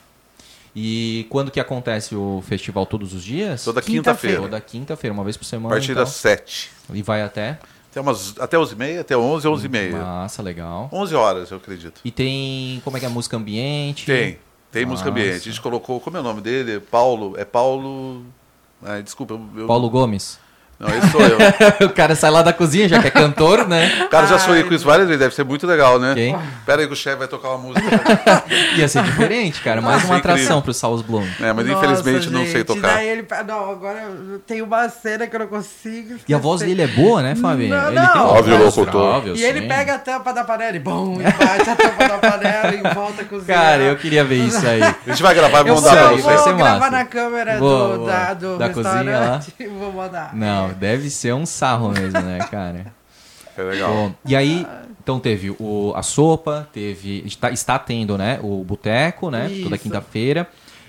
Speaker 1: E quando que acontece o festival? Todos os dias?
Speaker 3: Toda
Speaker 2: Quinta-feira.
Speaker 3: quinta-feira.
Speaker 1: Toda quinta-feira, uma vez por
Speaker 3: a
Speaker 1: semana.
Speaker 3: partir
Speaker 1: então.
Speaker 3: das 7.
Speaker 1: E vai até...
Speaker 3: Até, umas, até 11h30, até 11, 11h30.
Speaker 1: Massa, legal.
Speaker 3: 11 horas, eu acredito.
Speaker 1: E tem. Como é que é? Música ambiente?
Speaker 3: Tem. Tem música
Speaker 1: Nossa.
Speaker 3: ambiente. A gente colocou, como é o nome dele? Paulo. É Paulo. Ah, desculpa, eu, eu-
Speaker 1: Paulo Gomes.
Speaker 3: Não, esse sou eu.
Speaker 1: o cara sai lá da cozinha, já que é cantor, né?
Speaker 3: O cara já sonhei com isso várias vezes, deve ser muito legal, né?
Speaker 1: Quem?
Speaker 3: Pera aí que o chefe vai tocar uma música. né?
Speaker 1: Ia ser diferente, cara. Mais
Speaker 3: Nossa,
Speaker 1: uma
Speaker 3: incrível.
Speaker 1: atração pro Saul Bloom.
Speaker 3: é, mas
Speaker 2: Nossa,
Speaker 3: infelizmente não sei
Speaker 2: gente,
Speaker 3: tocar.
Speaker 2: Daí ele, não, agora tem uma cena que eu não consigo.
Speaker 1: E a voz
Speaker 2: esquecer.
Speaker 1: dele é boa, né, Fabinho?
Speaker 2: Não,
Speaker 1: ele
Speaker 2: não.
Speaker 1: tem uma
Speaker 3: Óbvio,
Speaker 1: voz
Speaker 3: locutor.
Speaker 1: grave, eu
Speaker 2: E ele
Speaker 1: sei.
Speaker 2: pega a tampa da panela e bom, e bate a tampa da panela e volta a cozinhar.
Speaker 1: Cara, eu queria ver isso aí.
Speaker 3: A gente vai gravar e
Speaker 1: Eu
Speaker 2: Eu
Speaker 1: vou
Speaker 3: mandar
Speaker 1: sei,
Speaker 3: pra
Speaker 2: vou,
Speaker 1: aí, vai
Speaker 3: vocês.
Speaker 1: ser
Speaker 2: gravar
Speaker 1: massa.
Speaker 2: na câmera
Speaker 1: Boa,
Speaker 2: do,
Speaker 1: boa.
Speaker 2: da, do
Speaker 1: Da cozinha lá.
Speaker 2: restaurante e vou mandar.
Speaker 1: Não, deve ser um sarro mesmo, né, cara?
Speaker 3: É legal.
Speaker 1: Bom, e aí, então teve o, a sopa, teve. Está, está tendo, né? O boteco, né? Toda
Speaker 2: Isso.
Speaker 1: quinta-feira.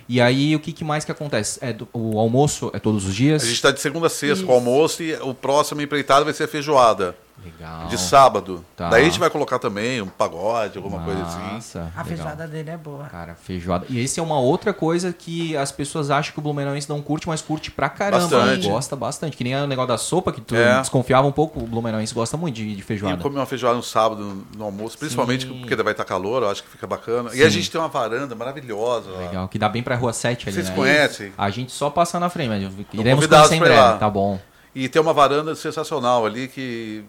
Speaker 1: E aí, o que, que mais que acontece? É, do- o almoço é todos os
Speaker 3: A
Speaker 1: dias?
Speaker 3: gente tá de segunda a sexta com
Speaker 2: Isso.
Speaker 3: almoço e o próximo empreitado vai ser a feijoada.
Speaker 1: Legal.
Speaker 3: De sábado.
Speaker 1: Tá.
Speaker 3: Daí a gente vai colocar também um pagode, alguma coisa assim.
Speaker 1: Nossa,
Speaker 2: A
Speaker 1: legal.
Speaker 2: feijoada dele é boa.
Speaker 1: Cara, feijoada. E esse é uma outra coisa que as pessoas acham que o Blumenauense não curte, mas curte pra caramba. né?
Speaker 3: Bastante.
Speaker 1: Gosta bastante. Que nem o negócio da sopa, que tu
Speaker 3: É.
Speaker 1: desconfiava um pouco, o Blumenauense gosta muito de, de
Speaker 3: E
Speaker 1: feijoada.
Speaker 3: comer uma feijoada no sábado no- no almoço, principalmente
Speaker 1: Sim.
Speaker 3: porque vai estar calor, eu acho que fica bacana.
Speaker 1: Sim.
Speaker 3: E a gente tem uma varanda maravilhosa. lá.
Speaker 1: Legal, que dá bem pra Rua 7 ali,
Speaker 3: Vocês
Speaker 1: né?
Speaker 3: conhecem?
Speaker 1: A gente só passa na frente, mas iremos Tá
Speaker 3: convidados
Speaker 1: conhecer em
Speaker 3: pra ir
Speaker 1: breve,
Speaker 3: lá.
Speaker 1: tá bom.
Speaker 3: E tem uma varanda sensacional ali que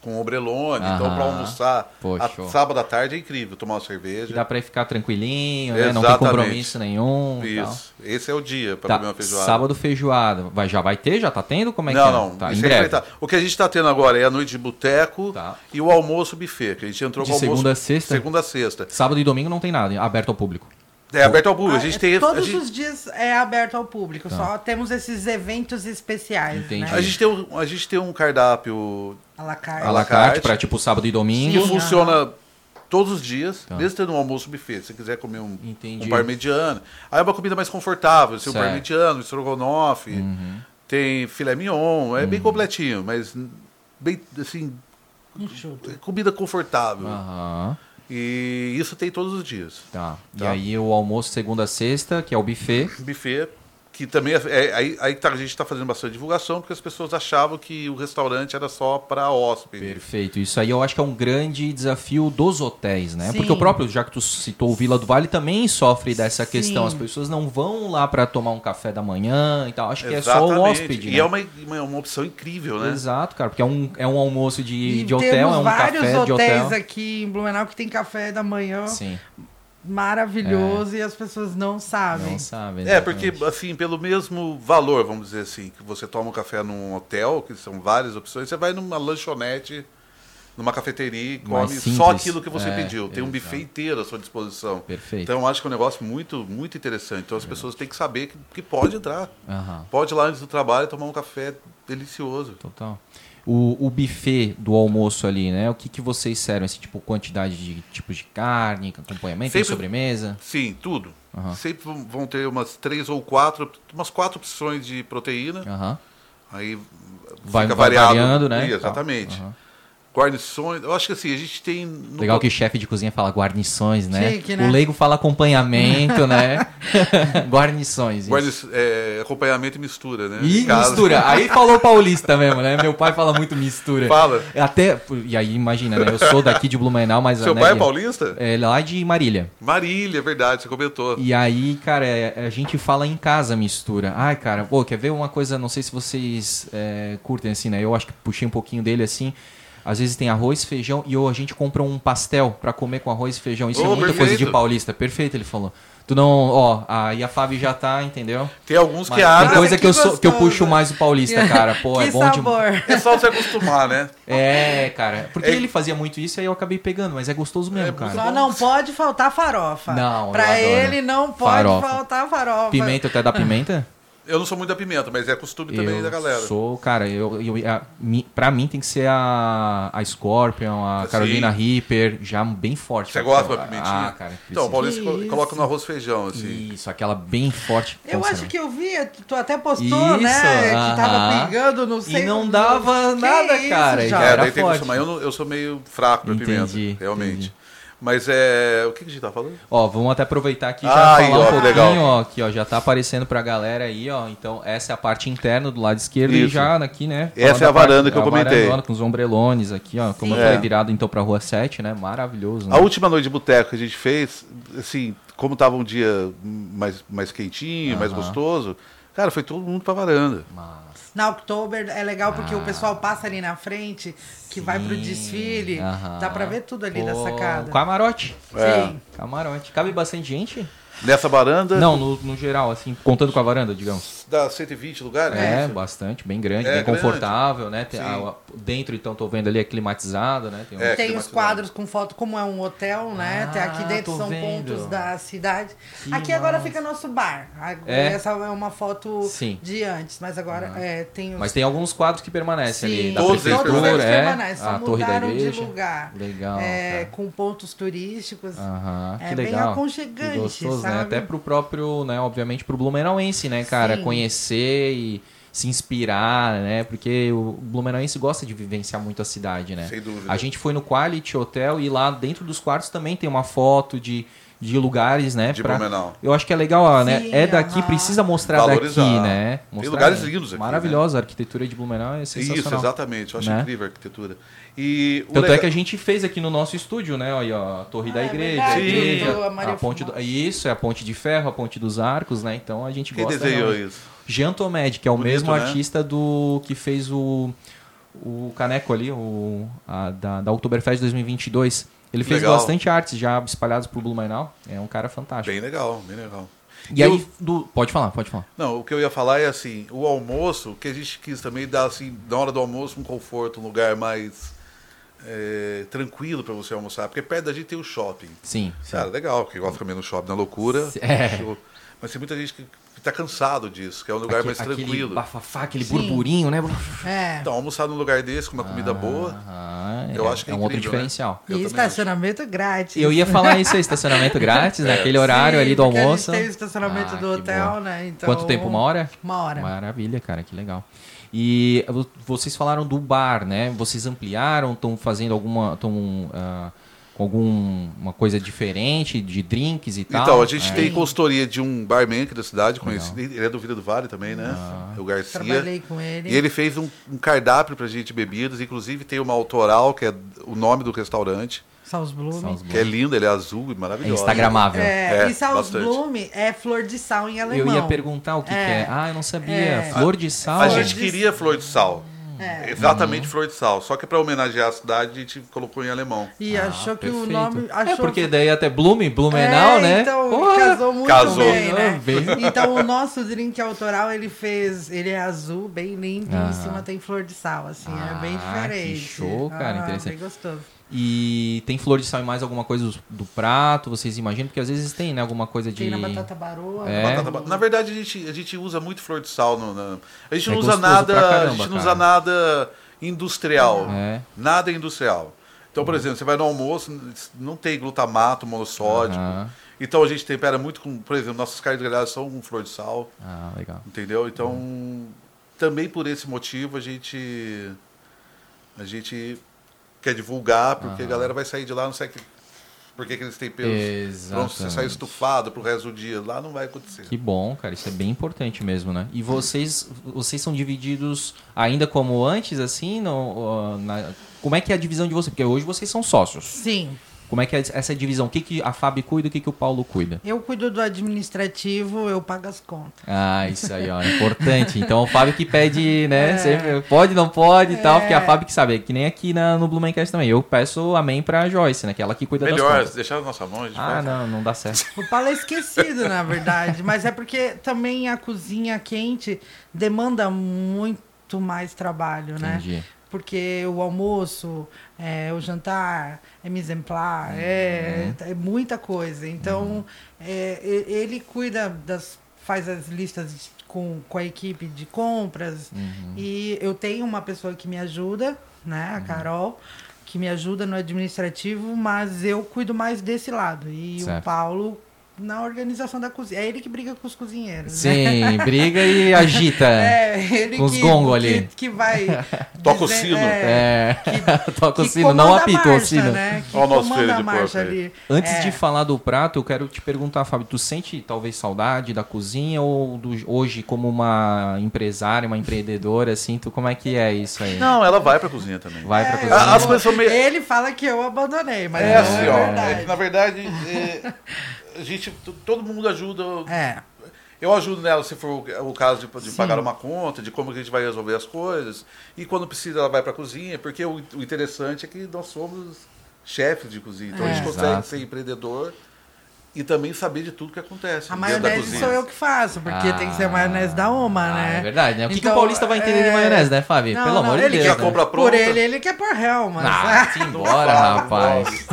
Speaker 3: com obrelone, então
Speaker 1: Aham.
Speaker 3: para almoçar
Speaker 1: Pô,
Speaker 3: a-
Speaker 1: show.
Speaker 3: sábado à tarde é incrível, tomar uma
Speaker 1: Que
Speaker 3: cerveja.
Speaker 1: dá pra ficar tranquilinho, né? Não tem
Speaker 3: Exatamente.
Speaker 1: compromisso nenhum. e tal.
Speaker 3: Isso. Esse é o dia para
Speaker 1: Tá,
Speaker 3: comer uma feijoada.
Speaker 1: Sábado feijoada. Vai, já vai ter? Já tá tendo? Como é que
Speaker 3: não,
Speaker 1: é?
Speaker 3: não.
Speaker 1: Tá, em
Speaker 3: isso é
Speaker 1: breve.
Speaker 3: enfrentar. O que a gente está tendo agora é a noite de boteco
Speaker 1: Tá.
Speaker 3: e o almoço buffet, que a gente entrou
Speaker 1: De
Speaker 3: com o almoço.
Speaker 1: segunda a sexta?
Speaker 3: Segunda a sexta.
Speaker 1: Sábado e domingo não tem nada, aberto ao público.
Speaker 3: É aberto ao público.
Speaker 2: Ah,
Speaker 3: a gente
Speaker 2: é,
Speaker 3: tem. a
Speaker 2: Todos
Speaker 3: gente-
Speaker 2: os dias é aberto ao público, só temos esses eventos especiais,
Speaker 1: Tá. Entendi.
Speaker 2: né?
Speaker 3: A gente, tem um, a gente tem um cardápio
Speaker 2: A la carte.
Speaker 1: A la
Speaker 3: la
Speaker 1: carte,
Speaker 3: carte.
Speaker 1: pra tipo sábado e
Speaker 3: que
Speaker 1: domingo.
Speaker 2: Sim.
Speaker 3: funciona todos os dias, desde tendo um almoço buffet. Se você quiser comer um,
Speaker 1: Tá. Entendi.
Speaker 3: um parmegiano, aí é uma comida mais confortável. Tem um
Speaker 1: Certo. Uhum.
Speaker 3: parmegiano, estrogonofe, tem filé mignon, é bem completinho, mas bem assim,
Speaker 2: Enxuto.
Speaker 3: comida confortável.
Speaker 1: Ah. Aham.
Speaker 3: E isso tem todos os dias.
Speaker 1: Tá. E
Speaker 3: Tá.
Speaker 1: aí o almoço segunda a sexta, que é o buffet.
Speaker 3: Buffet, que também é, é- aí, aí tá- a gente está fazendo bastante divulgação, porque as pessoas achavam que o restaurante era só para hóspede.
Speaker 1: Perfeito. Isso aí eu acho que é um grande desafio dos hotéis, né?
Speaker 2: Sim.
Speaker 1: Porque o próprio, já que tu citou o Vila do Vale, também sofre dessa
Speaker 2: Sim.
Speaker 1: questão. As pessoas não vão lá pra tomar um café da manhã e tal. Acho que é só o
Speaker 3: Exatamente.
Speaker 1: hóspede.
Speaker 3: E
Speaker 1: né?
Speaker 3: é uma, uma, uma opção incrível, né?
Speaker 1: Exato, cara, porque é um, é um almoço de,
Speaker 2: E
Speaker 1: de hotel, é um
Speaker 2: vários
Speaker 1: café de
Speaker 2: hotéis
Speaker 1: hotel.
Speaker 2: aqui em Blumenau que tem café da manhã
Speaker 1: Sim, É.
Speaker 2: maravilhoso e as pessoas não sabem.
Speaker 1: não sabe.
Speaker 3: É,
Speaker 1: exatamente.
Speaker 3: porque, assim, pelo mesmo valor, vamos dizer assim, que você toma um café num hotel, que são várias opções, você vai numa lanchonete, numa cafeteria e
Speaker 1: Mais
Speaker 3: come
Speaker 1: simples.
Speaker 3: só aquilo que você
Speaker 1: É,
Speaker 3: pediu. Tem um
Speaker 1: exato.
Speaker 3: buffet inteiro à sua disposição.
Speaker 1: Perfeito.
Speaker 3: Então, eu acho que é um negócio muito, muito interessante. Então, as pessoas têm que saber que, que pode entrar.
Speaker 1: Aham,
Speaker 3: Pode ir lá antes do trabalho e tomar um café delicioso.
Speaker 1: total. O, o buffet do almoço ali, né? O que, que vocês servem? Assim, tipo, quantidade de tipos de carne, acompanhamento, tem
Speaker 3: Sempre-
Speaker 1: sobremesa?
Speaker 3: Sim, tudo.
Speaker 1: Aham.
Speaker 3: Sempre vão- vão ter umas três ou quatro, umas quatro opções de proteína.
Speaker 1: Aham.
Speaker 3: Aí
Speaker 1: Vai-
Speaker 3: fica
Speaker 1: vai
Speaker 3: variado.
Speaker 1: variando, né?
Speaker 3: Ih, Exatamente.
Speaker 1: Aham.
Speaker 3: Guarnições. Eu acho que assim, a gente tem. no-
Speaker 1: Legal que chefe de cozinha fala guarnições, né?
Speaker 2: Chique, né?
Speaker 1: O leigo fala acompanhamento, né? guarnições. isso.
Speaker 3: guarni- é, acompanhamento e mistura, né?
Speaker 1: E
Speaker 3: Em casa.
Speaker 1: mistura. Aí falou paulista mesmo, né? Meu pai fala muito mistura.
Speaker 3: Fala.
Speaker 1: Até, e aí imagina, né? Eu sou daqui de Blumenau, mas...
Speaker 3: Seu
Speaker 1: né,
Speaker 3: pai é paulista?
Speaker 1: É lá de Marília.
Speaker 3: Marília, é verdade, você comentou.
Speaker 1: E aí, cara, é- a gente fala em casa mistura. Ai, cara, pô, quer ver uma coisa? Não sei se vocês é, curtem assim, né? Eu acho que puxei um pouquinho dele assim. Às vezes tem arroz, feijão e ou a gente compra um pastel pra comer com arroz e feijão. Isso é
Speaker 3: Ô,
Speaker 1: muita coisa de
Speaker 3: perfeito.
Speaker 1: paulista. Perfeito, ele falou. Tu não, ó, aí a Fábio já tá, entendeu?
Speaker 3: Tem alguns
Speaker 1: Mas
Speaker 3: que
Speaker 1: tem
Speaker 3: abrem. é
Speaker 1: coisa que,
Speaker 2: que
Speaker 1: eu sou, que eu
Speaker 2: gostoso.
Speaker 1: puxo mais o paulista, cara. Pô,
Speaker 2: que
Speaker 1: é bom demais.
Speaker 2: sabor.
Speaker 3: É só se acostumar, né?
Speaker 1: É, cara. Porque
Speaker 3: É-
Speaker 1: ele fazia muito isso aí eu acabei pegando, mas é gostoso mesmo,
Speaker 3: É
Speaker 1: cara.
Speaker 2: Só não pode faltar farofa.
Speaker 1: Não, eu
Speaker 2: Pra
Speaker 1: adoro.
Speaker 2: ele não pode
Speaker 1: Farofa.
Speaker 2: faltar farofa.
Speaker 1: Pimenta, até da pimenta?
Speaker 3: Eu não sou muito da pimenta, mas é costume também
Speaker 1: eu
Speaker 3: da galera.
Speaker 1: sou, cara, eu, eu, a, mi- pra mim tem que ser a, a Scorpion, a
Speaker 3: Sim.
Speaker 1: Carolina Ripper, já bem forte.
Speaker 3: Você
Speaker 1: cara.
Speaker 3: gosta de
Speaker 1: Ah,
Speaker 3: uma pimentinha?
Speaker 1: Ah, cara.
Speaker 3: então,
Speaker 1: preciso.
Speaker 3: o Paulista
Speaker 2: Que
Speaker 3: co-
Speaker 2: isso.
Speaker 3: coloca no arroz e feijão, assim.
Speaker 1: Isso, aquela bem forte.
Speaker 2: Eu
Speaker 1: Nossa, né?
Speaker 2: acho
Speaker 1: não.
Speaker 2: que eu vi, tu até postou,
Speaker 1: Isso,
Speaker 2: né? Que
Speaker 1: aham.
Speaker 2: tava pingando, não sei.
Speaker 1: E não dava
Speaker 2: Que
Speaker 1: nada, cara.
Speaker 2: já.
Speaker 1: Ah,
Speaker 3: É,
Speaker 1: era
Speaker 3: daí tem que
Speaker 1: forte.
Speaker 3: acostumar. Eu, não- eu sou meio fraco pra
Speaker 1: Entendi,
Speaker 3: pimenta, realmente. Mas é. O que que a gente tá falando?
Speaker 1: Ó, vamos até aproveitar aqui e já
Speaker 3: Ai,
Speaker 1: falar um
Speaker 3: ó,
Speaker 1: pouquinho,
Speaker 3: legal.
Speaker 1: ó, aqui, ó, já tá aparecendo pra galera aí, ó. Então, essa é a parte interna do lado esquerdo e
Speaker 3: Isso.
Speaker 1: já aqui, né?
Speaker 3: Essa
Speaker 1: falando
Speaker 3: é
Speaker 1: da
Speaker 3: a
Speaker 1: parte-
Speaker 3: varanda que eu
Speaker 1: a
Speaker 3: comentei.
Speaker 1: varandona com os ombrelones aqui, ó. Como
Speaker 2: Sim.
Speaker 1: eu falei,
Speaker 3: É.
Speaker 1: virado então pra rua 7, né? Maravilhoso, né?
Speaker 3: A última noite de boteco que a gente fez, assim, como tava um dia mais, mais quentinho, mais
Speaker 1: Aham.
Speaker 3: gostoso, cara, foi todo mundo pra varanda.
Speaker 1: Mas-
Speaker 2: Na Oktober é legal porque
Speaker 1: Ah.
Speaker 2: o pessoal passa ali na frente, que vai pro desfile.
Speaker 1: Aham.
Speaker 2: Dá pra ver tudo ali da
Speaker 1: Pô,
Speaker 2: sacada.
Speaker 1: Camarote.
Speaker 3: É.
Speaker 2: Sim.
Speaker 1: Camarote. Cabe bastante gente?
Speaker 3: Nessa varanda,
Speaker 1: Não, no, no geral, assim, contando com a varanda, digamos.
Speaker 3: dá 120 lugares. né?
Speaker 1: É,
Speaker 3: isso?
Speaker 1: bastante, bem grande,
Speaker 3: É,
Speaker 1: bem
Speaker 3: grande.
Speaker 1: confortável, né? Tem-
Speaker 3: Sim.
Speaker 1: a- a- dentro, então, tô vendo ali, é climatizado, né? Tem um-
Speaker 3: É,
Speaker 2: Tem os
Speaker 3: climatizado.
Speaker 2: quadros com foto, como é um hotel, né?
Speaker 1: Ah,
Speaker 2: Tem aqui dentro
Speaker 1: tô
Speaker 2: são
Speaker 1: vendo.
Speaker 2: pontos da cidade.
Speaker 1: Que
Speaker 2: aqui agora
Speaker 1: massa.
Speaker 2: fica nosso bar. A-
Speaker 1: É?
Speaker 2: Essa é uma foto
Speaker 1: Sim. Ah.
Speaker 2: de antes, mas agora é, tem os.
Speaker 1: Mas tem alguns quadros que permanecem ali,
Speaker 2: Sim,
Speaker 1: da
Speaker 3: Todos eles
Speaker 1: prefeitura,
Speaker 2: eles
Speaker 1: é,
Speaker 2: permanecem, só
Speaker 1: a torre da
Speaker 2: mudaram
Speaker 1: igreja. tá.
Speaker 2: de lugar.
Speaker 1: Legal,
Speaker 2: É,
Speaker 1: cara.
Speaker 2: com pontos turísticos.
Speaker 1: Ah. Aham, que
Speaker 2: É bem
Speaker 1: legal.
Speaker 2: aconchegante,
Speaker 1: Que gostoso, né?
Speaker 2: sabe?
Speaker 1: Até pro próprio, né? Obviamente pro blumenauense, né, cara?
Speaker 2: Sim.
Speaker 1: Conhecer e se inspirar, né? Porque o blumenauense gosta de vivenciar muito a cidade, né?
Speaker 3: Sem dúvida.
Speaker 1: A gente foi no Quality Hotel e lá dentro dos quartos também tem uma foto de, de lugares, né?
Speaker 3: De
Speaker 1: pra-
Speaker 3: Blumenau.
Speaker 1: Eu acho que é legal, ó, né?
Speaker 2: Sim,
Speaker 1: É daqui,
Speaker 2: aham.
Speaker 1: precisa mostrar
Speaker 3: Valorizar.
Speaker 1: daqui, né?
Speaker 3: Tem
Speaker 1: Mostrar,
Speaker 3: lugares
Speaker 1: né?
Speaker 3: lindos aqui,
Speaker 1: Maravilhosa, a arquitetura de Blumenau é sensacional.
Speaker 3: Isso, exatamente. Eu acho
Speaker 1: Né?
Speaker 3: incrível a arquitetura. E o
Speaker 1: Tanto é
Speaker 3: legal-
Speaker 1: que a gente fez aqui no nosso estúdio, né? Olha, ó, a torre
Speaker 2: Ah,
Speaker 1: da
Speaker 2: é
Speaker 1: igreja,
Speaker 2: verdade,
Speaker 1: a, igreja,
Speaker 2: do- a Maria
Speaker 1: a ponte do,
Speaker 2: Fumaça.
Speaker 1: isso, é a ponte de ferro, a ponte dos arcos, né? Então a gente
Speaker 3: Quem
Speaker 1: gosta.
Speaker 3: desenhou né?
Speaker 1: realmente.
Speaker 3: isso?
Speaker 1: Jean Tomedi, que é o
Speaker 3: Bonito,
Speaker 1: mesmo
Speaker 3: né?
Speaker 1: artista do que fez o o Caneco ali, o, a- da, da Oktoberfest 2022. Ele fez
Speaker 3: Legal.
Speaker 1: bastante artes já espalhadas pro Blumenau. É um cara fantástico.
Speaker 3: Bem legal, bem legal.
Speaker 1: e
Speaker 3: eu-
Speaker 1: aí, do- pode falar, pode falar.
Speaker 3: Não, o que eu ia falar é assim, o almoço, o que a gente quis também dar assim, na hora do almoço, um conforto, um lugar mais é, tranquilo para você almoçar, porque perto da gente tem o shopping.
Speaker 1: Sim.
Speaker 3: Cara, Ah, legal, que gosta de comer no shopping na loucura.
Speaker 1: É.
Speaker 3: Show. Mas tem muita gente que está cansado disso, que é um lugar
Speaker 1: Aque-
Speaker 3: mais
Speaker 1: Aquele
Speaker 3: tranquilo.
Speaker 1: bafafá, aquele
Speaker 2: Sim.
Speaker 1: burburinho, né?
Speaker 2: É.
Speaker 3: Então, almoçar num lugar desse, com uma comida
Speaker 1: Ah,
Speaker 3: boa,
Speaker 1: Aham,
Speaker 3: Eu acho que é
Speaker 1: um outro
Speaker 3: incrível,
Speaker 1: diferencial.
Speaker 3: eu
Speaker 2: e
Speaker 3: também
Speaker 2: estacionamento grátis.
Speaker 1: Eu ia falar isso, é estacionamento grátis, naquele horário
Speaker 2: Sim,
Speaker 1: ali do
Speaker 2: porque
Speaker 1: almoço.
Speaker 2: A gente tem o estacionamento
Speaker 1: Ah,
Speaker 2: do
Speaker 1: que
Speaker 2: hotel,
Speaker 1: boa.
Speaker 2: né? Então,
Speaker 1: Quanto tempo? Uma hora?
Speaker 2: Uma hora.
Speaker 1: Maravilha, cara, que legal. E vo- vocês falaram do bar, né? Vocês ampliaram, estão fazendo alguma. estão com alguma coisa diferente de drinks e tal?
Speaker 3: Então, a gente
Speaker 1: É.
Speaker 3: tem consultoria de um barman aqui da cidade, conhecido. Ele é do Vida do Vale também, né?
Speaker 1: Ah.
Speaker 3: É o Garcia.
Speaker 2: Trabalhei com ele.
Speaker 3: E ele fez um, um cardápio pra gente de bebidas, inclusive tem uma autoral, que é o nome do restaurante,
Speaker 2: Saus Blume.
Speaker 1: São os bons.
Speaker 3: que é lindo, ele é azul e
Speaker 1: É
Speaker 3: maravilhoso.
Speaker 1: Instagramável.
Speaker 2: É,
Speaker 3: É,
Speaker 2: e Saus
Speaker 3: bastante.
Speaker 2: Blume é flor de sal em
Speaker 1: Eu
Speaker 2: alemão.
Speaker 1: ia perguntar o que, que é.
Speaker 2: É.
Speaker 1: Ah, eu não sabia.
Speaker 2: É.
Speaker 1: Flor de sal.
Speaker 3: A
Speaker 2: Flor
Speaker 3: gente
Speaker 2: de
Speaker 3: queria flor de sal.
Speaker 2: É.
Speaker 3: Exatamente flor de sal. Só que pra homenagear a cidade, a gente colocou em alemão.
Speaker 2: E achou que o
Speaker 1: Ah, Perfeito.
Speaker 2: nome. Achou
Speaker 1: É porque daí até Blumen, Blumenau,
Speaker 2: É,
Speaker 1: né?
Speaker 2: Então,
Speaker 1: Porra!
Speaker 2: casou muito
Speaker 3: Casou.
Speaker 2: bem, né?
Speaker 1: Ah, bem.
Speaker 2: Então, o nosso drink autoral, ele fez... Ele é azul, bem limpo,
Speaker 1: Ah.
Speaker 2: e em cima tem flor de sal, assim.
Speaker 1: Ah,
Speaker 2: é bem diferente.
Speaker 1: que show, cara,
Speaker 2: Ah,
Speaker 1: interessante.
Speaker 2: Bem gostoso.
Speaker 1: E tem flor de sal e mais alguma coisa do, do prato, vocês imaginam? Porque às vezes tem, né? Alguma coisa de.
Speaker 2: Tem na batata baroa.
Speaker 1: É.
Speaker 3: Batata ba- Na verdade, a gente, a gente usa muito flor de sal. no- na- A gente
Speaker 1: É
Speaker 3: não usa
Speaker 1: gostoso pra
Speaker 3: nada. A
Speaker 1: caramba,
Speaker 3: gente não
Speaker 1: cara.
Speaker 3: usa nada industrial.
Speaker 1: É. Uhum.
Speaker 3: Nada industrial. Então, por exemplo, você vai no almoço, não tem glutamato, monossódico.
Speaker 1: Aham.
Speaker 3: Então a gente tempera muito com, por exemplo, nossos carnes são com flor de sal,
Speaker 1: Ah, legal.
Speaker 3: entendeu? Então, também por esse motivo a gente a gente quer divulgar, porque a galera vai sair de lá, não sei que por que que eles têm pelos. Pronto, você sai
Speaker 1: Exatamente.
Speaker 3: estufado pro resto do dia. Lá não vai acontecer.
Speaker 1: Que bom, cara. Isso é bem importante mesmo, né? E vocês, vocês são divididos ainda como antes, assim? No, na- como é que é a divisão de vocês? Porque hoje vocês são sócios.
Speaker 2: Sim,
Speaker 1: Como é que é essa divisão? O que, que a Fábio cuida e o que, que o Paulo cuida?
Speaker 2: eu cuido do administrativo, eu pago as contas.
Speaker 1: Ah, isso aí, ó, é importante. Então o Fábio que pede, né?
Speaker 2: É.
Speaker 1: sempre, pode, não pode e tal, porque a Fábio que sabe, é que nem aqui na, no Blumencast também. Eu peço amém pra Joyce, né? Que ela que cuida das
Speaker 3: Melhor,
Speaker 1: contas.
Speaker 3: deixar na nossa mão, a gente
Speaker 1: Ah,
Speaker 3: faz.
Speaker 1: não, não dá certo.
Speaker 2: O Paulo é esquecido, na verdade. Mas é porque também a cozinha quente demanda muito mais trabalho, né?
Speaker 1: Entendi.
Speaker 2: Porque o almoço, é, o jantar, é mise en place,
Speaker 1: Uhum.
Speaker 2: é, é muita coisa. Então, é, e- ele cuida das. faz as listas de- com, com a equipe de compras.
Speaker 1: Uhum.
Speaker 2: E eu tenho uma pessoa que me ajuda, né? A Carol, que me ajuda no administrativo, mas eu cuido mais desse lado. E o
Speaker 1: Certo.
Speaker 2: Paulo na organização da cozinha. É ele que briga com os cozinheiros. né?
Speaker 1: Sim, briga e agita.
Speaker 2: É, ele
Speaker 1: Com os
Speaker 2: que,
Speaker 1: gongos
Speaker 2: que-
Speaker 1: ali.
Speaker 2: Que, vai.
Speaker 3: Toca o
Speaker 2: dizer-
Speaker 3: sino.
Speaker 1: É. Toca o
Speaker 2: que
Speaker 1: sino, não
Speaker 2: comanda a
Speaker 1: apita o
Speaker 2: marcha,
Speaker 1: sino.
Speaker 2: Né? Que
Speaker 3: Ó o nosso
Speaker 2: comanda
Speaker 3: filho
Speaker 2: a
Speaker 3: de
Speaker 2: marcha
Speaker 3: porco aí.
Speaker 2: ali.
Speaker 1: Antes
Speaker 2: É.
Speaker 1: de falar do prato, eu quero te perguntar, Fábio, tu sente talvez saudade da cozinha ou do- hoje como uma empresária, uma empreendedora, assim, tu como é que é isso aí?
Speaker 3: Não, ela vai pra cozinha também.
Speaker 1: Vai pra
Speaker 2: É,
Speaker 1: cozinha.
Speaker 2: eu-
Speaker 3: Ah, As coisas são meio-
Speaker 2: Ele fala que eu abandonei, mas
Speaker 3: É
Speaker 2: não
Speaker 3: assim,
Speaker 2: é
Speaker 3: ó.
Speaker 2: verdade.
Speaker 3: é que, na verdade, é, a gente, t- todo mundo ajuda
Speaker 2: É.
Speaker 3: Eu ajudo nela se for o- o caso de, de pagar uma conta, de como que a gente vai resolver as coisas. E quando precisa, ela vai para a cozinha, porque o, o interessante é que nós somos chefes de cozinha. Então a gente
Speaker 2: É.
Speaker 3: consegue
Speaker 1: Exato.
Speaker 3: ser empreendedor e também saber de tudo que acontece
Speaker 2: A
Speaker 3: dentro da
Speaker 2: maionese
Speaker 3: cozinha.
Speaker 2: sou eu que faço, porque tem que ser a maionese da Oma,
Speaker 1: Ah,
Speaker 2: né?
Speaker 1: É verdade, né? O que, que o
Speaker 2: Então,
Speaker 1: paulista vai entender de
Speaker 2: é-
Speaker 1: maionese, né, Fábio?
Speaker 2: Não,
Speaker 1: Pelo
Speaker 2: não,
Speaker 1: amor de
Speaker 2: ele
Speaker 1: Deus.
Speaker 3: já
Speaker 1: né?
Speaker 3: compra
Speaker 2: Por
Speaker 3: pronta.
Speaker 2: ele, ele quer pôr réu, mas.
Speaker 1: Ah, se embora,
Speaker 3: fala,
Speaker 1: rapaz.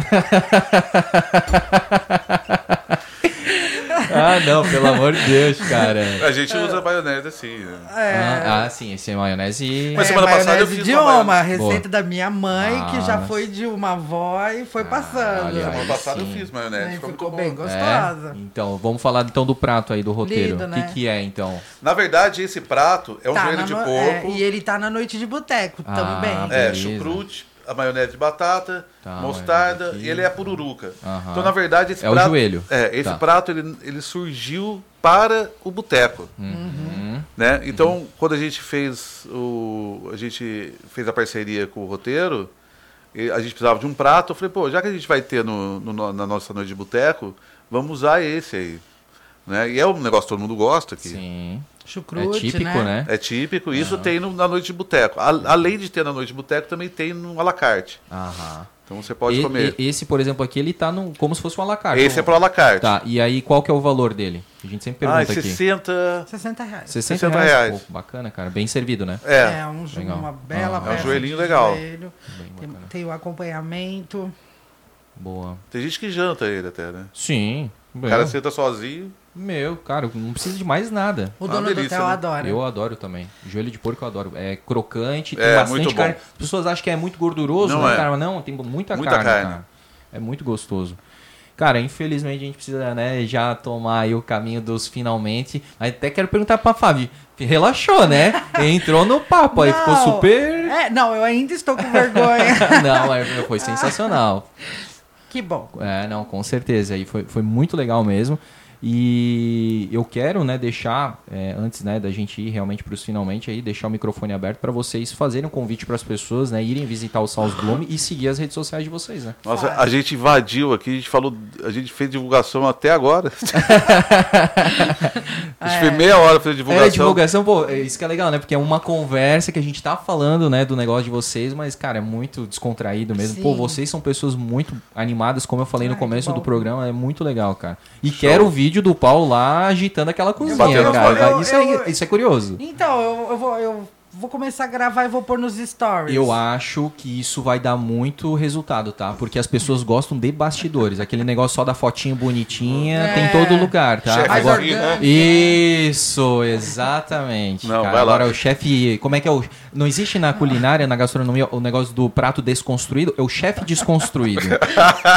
Speaker 1: ah, não, pelo amor de Deus, cara.
Speaker 3: A gente usa maionese assim. né?
Speaker 1: Ah, ah, sim, esse é maionese.
Speaker 3: Mas semana passada
Speaker 2: é,
Speaker 3: eu
Speaker 2: maionese
Speaker 3: fiz
Speaker 2: de
Speaker 3: uma
Speaker 2: Oma,
Speaker 3: maionese-
Speaker 2: receita da minha mãe, que já
Speaker 1: Ah.
Speaker 2: foi de uma avó e foi passando.
Speaker 1: olha
Speaker 3: Semana
Speaker 1: Aí
Speaker 3: passada eu
Speaker 1: sim.
Speaker 3: fiz
Speaker 2: Aí
Speaker 3: maionese. Ficou muito
Speaker 2: ficou
Speaker 3: bom.
Speaker 2: bem
Speaker 1: É,
Speaker 2: gostosa.
Speaker 1: Então, vamos falar então do prato aí, do roteiro.
Speaker 2: Lindo,
Speaker 1: O
Speaker 2: né?
Speaker 1: que, que é, então?
Speaker 3: Na verdade, esse prato é um
Speaker 2: Tá
Speaker 3: joelho
Speaker 2: na
Speaker 3: de
Speaker 2: no-
Speaker 3: porco.
Speaker 2: é, e ele tá na noite de boteco
Speaker 1: Ah,
Speaker 2: também.
Speaker 3: É,
Speaker 1: Beleza.
Speaker 3: chucrute, a maionese de batata,
Speaker 1: Tá,
Speaker 3: mostarda,
Speaker 1: maionese
Speaker 3: e
Speaker 1: aqui.
Speaker 3: ele é a pururuca.
Speaker 1: Aham.
Speaker 3: Então, na verdade, esse
Speaker 1: É o
Speaker 3: prato.
Speaker 1: joelho.
Speaker 3: É, esse
Speaker 1: Tá.
Speaker 3: prato ele, ele surgiu para o boteco.
Speaker 1: Hum.
Speaker 2: Uhum.
Speaker 1: Uhum.
Speaker 3: Né? Então, quando a gente fez o. A gente fez a parceria com o roteiro, e a gente precisava de um prato, eu falei, pô, já que a gente vai ter no, no- na nossa noite de boteco, vamos usar esse aí. Né? E é um negócio que todo mundo gosta aqui.
Speaker 1: Sim.
Speaker 2: Chucrute,
Speaker 1: é típico, né?
Speaker 3: É típico, isso tem no- na noite de boteco. A- além de ter na noite de boteco, também tem no alacarte.
Speaker 1: Aham.
Speaker 3: Então você pode
Speaker 1: E-
Speaker 3: comer.
Speaker 1: e- esse, por exemplo, aqui, ele tá num, como se fosse um alacarte.
Speaker 3: Esse
Speaker 1: Um-
Speaker 3: é pro alacarte.
Speaker 1: Tá, e aí qual que é o valor dele? A gente sempre
Speaker 3: Ah,
Speaker 1: pergunta aqui.
Speaker 3: 60.
Speaker 2: 60 reais.
Speaker 1: 60
Speaker 3: 60
Speaker 1: reais.
Speaker 3: reais.
Speaker 1: Pô, bacana, cara. Bem servido, né?
Speaker 3: É.
Speaker 2: É, um, ju-
Speaker 1: legal.
Speaker 2: uma
Speaker 1: Ah,
Speaker 2: bela
Speaker 1: é um
Speaker 2: peça de
Speaker 3: joelhinho legal.
Speaker 2: joelho.
Speaker 1: Bem
Speaker 2: Tem,
Speaker 1: bacana.
Speaker 2: tem o acompanhamento.
Speaker 1: Boa.
Speaker 3: Tem gente que janta ele até, né?
Speaker 1: Sim.
Speaker 3: O
Speaker 1: É?
Speaker 3: cara senta sozinho.
Speaker 1: Meu, cara, não precisa de mais nada.
Speaker 2: O
Speaker 3: Uma
Speaker 2: dono
Speaker 3: delícia,
Speaker 2: do hotel
Speaker 3: né?
Speaker 2: adora.
Speaker 1: Eu adoro também. Joelho de porco eu adoro. É crocante, tem
Speaker 3: É,
Speaker 1: bastante
Speaker 3: muito bom.
Speaker 1: carne. As pessoas acham que é muito gorduroso,
Speaker 3: Não
Speaker 1: né,
Speaker 3: é.
Speaker 1: cara? Mas Não, tem muita,
Speaker 3: Muita
Speaker 1: carne,
Speaker 3: carne.
Speaker 1: cara. É muito gostoso. Cara, infelizmente a gente precisa, né, já tomar aí o caminho dos finalmente. Mas Até quero perguntar pra Fábio. Relaxou, né? Entrou no papo aí, ficou
Speaker 2: Não,
Speaker 1: super.
Speaker 2: É, não, eu ainda estou com vergonha.
Speaker 1: Não, é, foi sensacional.
Speaker 2: que bom.
Speaker 1: É, não, com certeza. E foi, foi muito legal mesmo. E eu quero, né, deixar, é, antes né, da gente ir realmente para os finalmente aí, deixar o microfone aberto para vocês fazerem um convite para as pessoas, né, irem visitar o Saus Blume e seguir as redes sociais de vocês, né?
Speaker 3: Nossa, a gente invadiu aqui, a gente falou, a gente fez divulgação até agora. a gente fez meia hora fazendo divulgação.
Speaker 1: É, divulgação, pô, é, isso que é legal, né? Porque é uma conversa que a gente tá falando, né, do negócio de vocês, mas, cara, é muito descontraído mesmo. Pô,
Speaker 2: Sim.
Speaker 1: vocês são pessoas muito animadas, como eu falei
Speaker 2: Ai,
Speaker 1: no
Speaker 2: que
Speaker 1: começo
Speaker 2: bom.
Speaker 1: do programa, é muito legal, cara. E quero o vídeo do Paulo lá agitando aquela cozinha,
Speaker 3: Batendo
Speaker 1: cara.
Speaker 2: palma.
Speaker 1: isso, é-
Speaker 2: Eu- eu-
Speaker 1: isso é curioso.
Speaker 2: Então, eu, eu vou, eu vou começar a gravar e vou pôr nos stories.
Speaker 1: Eu acho que isso vai dar muito resultado, tá? Porque as pessoas gostam de bastidores. Aquele negócio só da fotinho bonitinha
Speaker 2: É.
Speaker 1: tem em todo lugar, tá?
Speaker 3: Chefe,
Speaker 2: Mais
Speaker 1: Agora-
Speaker 3: orgânico.
Speaker 2: orgânico.
Speaker 1: Isso, exatamente.
Speaker 3: Não,
Speaker 1: cara.
Speaker 3: vai lá.
Speaker 1: Agora o chefe. Como é que é o. Não existe na culinária, na gastronomia, o negócio do prato desconstruído? É o chefe desconstruído.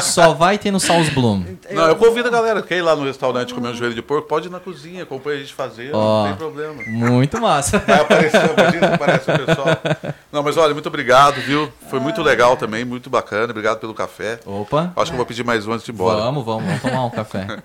Speaker 1: Só vai ter no Saus Bloom.
Speaker 3: Não, eu convido a galera, quer ir lá no restaurante comer um joelho de porco, pode ir na cozinha, acompanha a gente fazer,
Speaker 1: Ó.
Speaker 3: não tem problema.
Speaker 1: Muito massa.
Speaker 3: Vai aparecer, imagina se aparece o pessoal. Não, mas olha, muito obrigado, viu? Foi muito legal também, muito bacana, obrigado pelo café.
Speaker 1: Opa.
Speaker 3: Acho que eu vou pedir mais um antes de ir embora.
Speaker 1: Vamos, vamos, vamos tomar um café.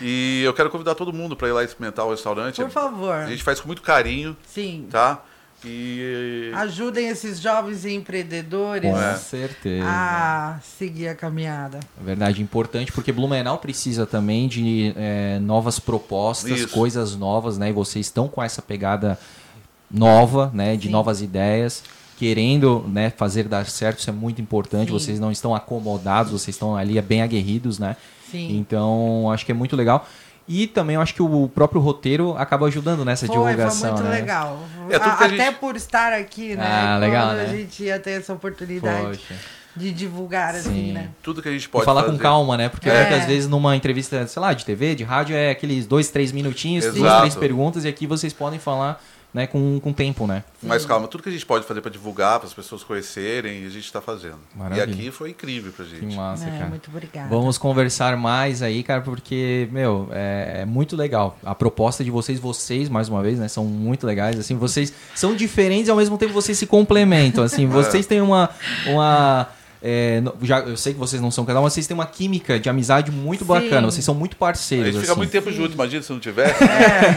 Speaker 3: E eu quero convidar todo mundo para ir lá experimentar o restaurante.
Speaker 2: Por favor.
Speaker 3: A gente faz com muito carinho,
Speaker 2: Sim.
Speaker 3: tá? E
Speaker 2: Ajudem esses jovens
Speaker 3: É.
Speaker 2: empreendedores
Speaker 1: Com certeza.
Speaker 2: Ah, a seguir a caminhada.
Speaker 1: É Verdade, importante, porque Blumenau precisa também de eh, novas propostas,
Speaker 3: Isso.
Speaker 1: coisas novas, né? E vocês estão com essa pegada nova, né? De
Speaker 2: Sim.
Speaker 1: novas ideias, querendo né, fazer dar certo, isso é muito importante.
Speaker 2: Sim.
Speaker 1: Vocês não estão acomodados, vocês estão ali bem aguerridos, né?
Speaker 2: Sim.
Speaker 1: Então, acho que é muito legal. E também eu acho que o próprio roteiro acaba ajudando nessa
Speaker 2: Foi, foi
Speaker 1: divulgação.
Speaker 2: muito
Speaker 1: né?
Speaker 2: legal.
Speaker 3: É tudo
Speaker 2: A-
Speaker 3: que a
Speaker 2: Até
Speaker 3: gente-
Speaker 2: por estar aqui, né?
Speaker 1: Ah, legal,
Speaker 2: Quando
Speaker 1: né?
Speaker 2: a gente ia ter essa oportunidade
Speaker 1: Poxa.
Speaker 2: de divulgar,
Speaker 1: Sim.
Speaker 2: assim, né?
Speaker 3: tudo que a gente
Speaker 1: E
Speaker 3: pode
Speaker 1: falar
Speaker 3: fazer.
Speaker 1: com calma, né? Porque
Speaker 2: É.
Speaker 1: muitas vezes numa entrevista, sei lá, de TV, de rádio, é aqueles dois, três minutinhos, duas,
Speaker 3: Exato.
Speaker 1: três perguntas, e aqui vocês podem falar né, com, com tempo, né?
Speaker 3: Mas calma, tudo que a gente pode fazer para divulgar, para as pessoas conhecerem, a gente está fazendo.
Speaker 1: Maravilha.
Speaker 3: E aqui foi incrível pra
Speaker 1: Que
Speaker 3: gente.
Speaker 1: massa,
Speaker 2: É,
Speaker 1: cara.
Speaker 2: muito obrigada.
Speaker 1: Vamos conversar mais aí, cara, porque, meu, é, é muito legal. A proposta de vocês, vocês, mais uma vez, né, são muito legais, assim, vocês são diferentes e ao mesmo tempo vocês se complementam,
Speaker 3: É.
Speaker 1: assim, vocês têm uma... uma é, no- já, eu sei que vocês não são casal, mas vocês têm uma química de amizade muito
Speaker 2: Sim.
Speaker 1: bacana, vocês são muito
Speaker 3: a
Speaker 1: parceiros,
Speaker 3: gente fica
Speaker 1: assim.
Speaker 3: muito tempo junto, imagina se não tivesse. né?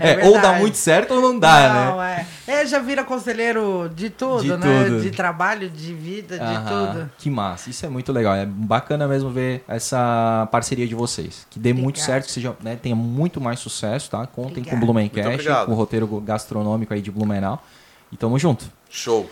Speaker 1: É,
Speaker 2: É
Speaker 1: ou dá
Speaker 2: verdade.
Speaker 1: muito certo ou não dá, né?
Speaker 2: Não, é. É, já vira conselheiro de tudo,
Speaker 1: De
Speaker 2: né?
Speaker 1: tudo.
Speaker 2: De trabalho, de vida, de
Speaker 1: Aham,
Speaker 2: tudo.
Speaker 1: Que massa, isso é muito legal. É bacana mesmo ver essa parceria de vocês. Que dê muito
Speaker 2: Obrigada.
Speaker 1: certo, que seja, né, tenha muito mais sucesso, tá? Contem com o
Speaker 2: Obrigada.
Speaker 3: Muito
Speaker 1: Blumencast,
Speaker 3: obrigado.
Speaker 1: com o roteiro gastronômico aí de Blumenau. E tamo junto.
Speaker 3: Show.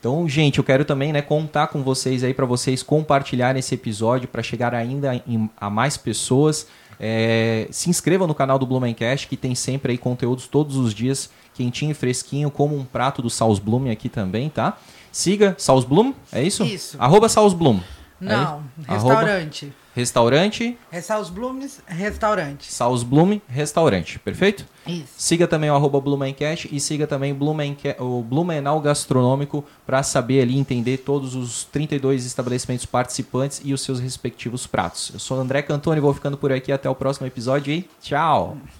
Speaker 1: Então, gente, eu quero também né, contar com vocês aí para vocês compartilharem esse episódio para chegar ainda em- a mais pessoas. É, se inscreva no canal do Blumencast, que tem sempre aí conteúdos todos os dias, quentinho e fresquinho, como um prato do Saus Bloom aqui também, tá? Siga Saus Bloom, é isso?
Speaker 2: Isso.
Speaker 1: Arroba Saus Bloom. é
Speaker 2: Não,
Speaker 1: isso? Arroba
Speaker 2: restaurante.
Speaker 1: restaurante,
Speaker 2: É Saus Blumes, restaurante.
Speaker 1: Saus Bloom, restaurante, perfeito?
Speaker 2: Isso.
Speaker 1: Siga também o arroba Blumencast e siga também Blumenca- o Blumenau Gastronômico para saber ali entender todos os 32 estabelecimentos participantes e os seus respectivos pratos. Eu sou o André Cantoni, vou ficando por aqui até o próximo episódio e tchau!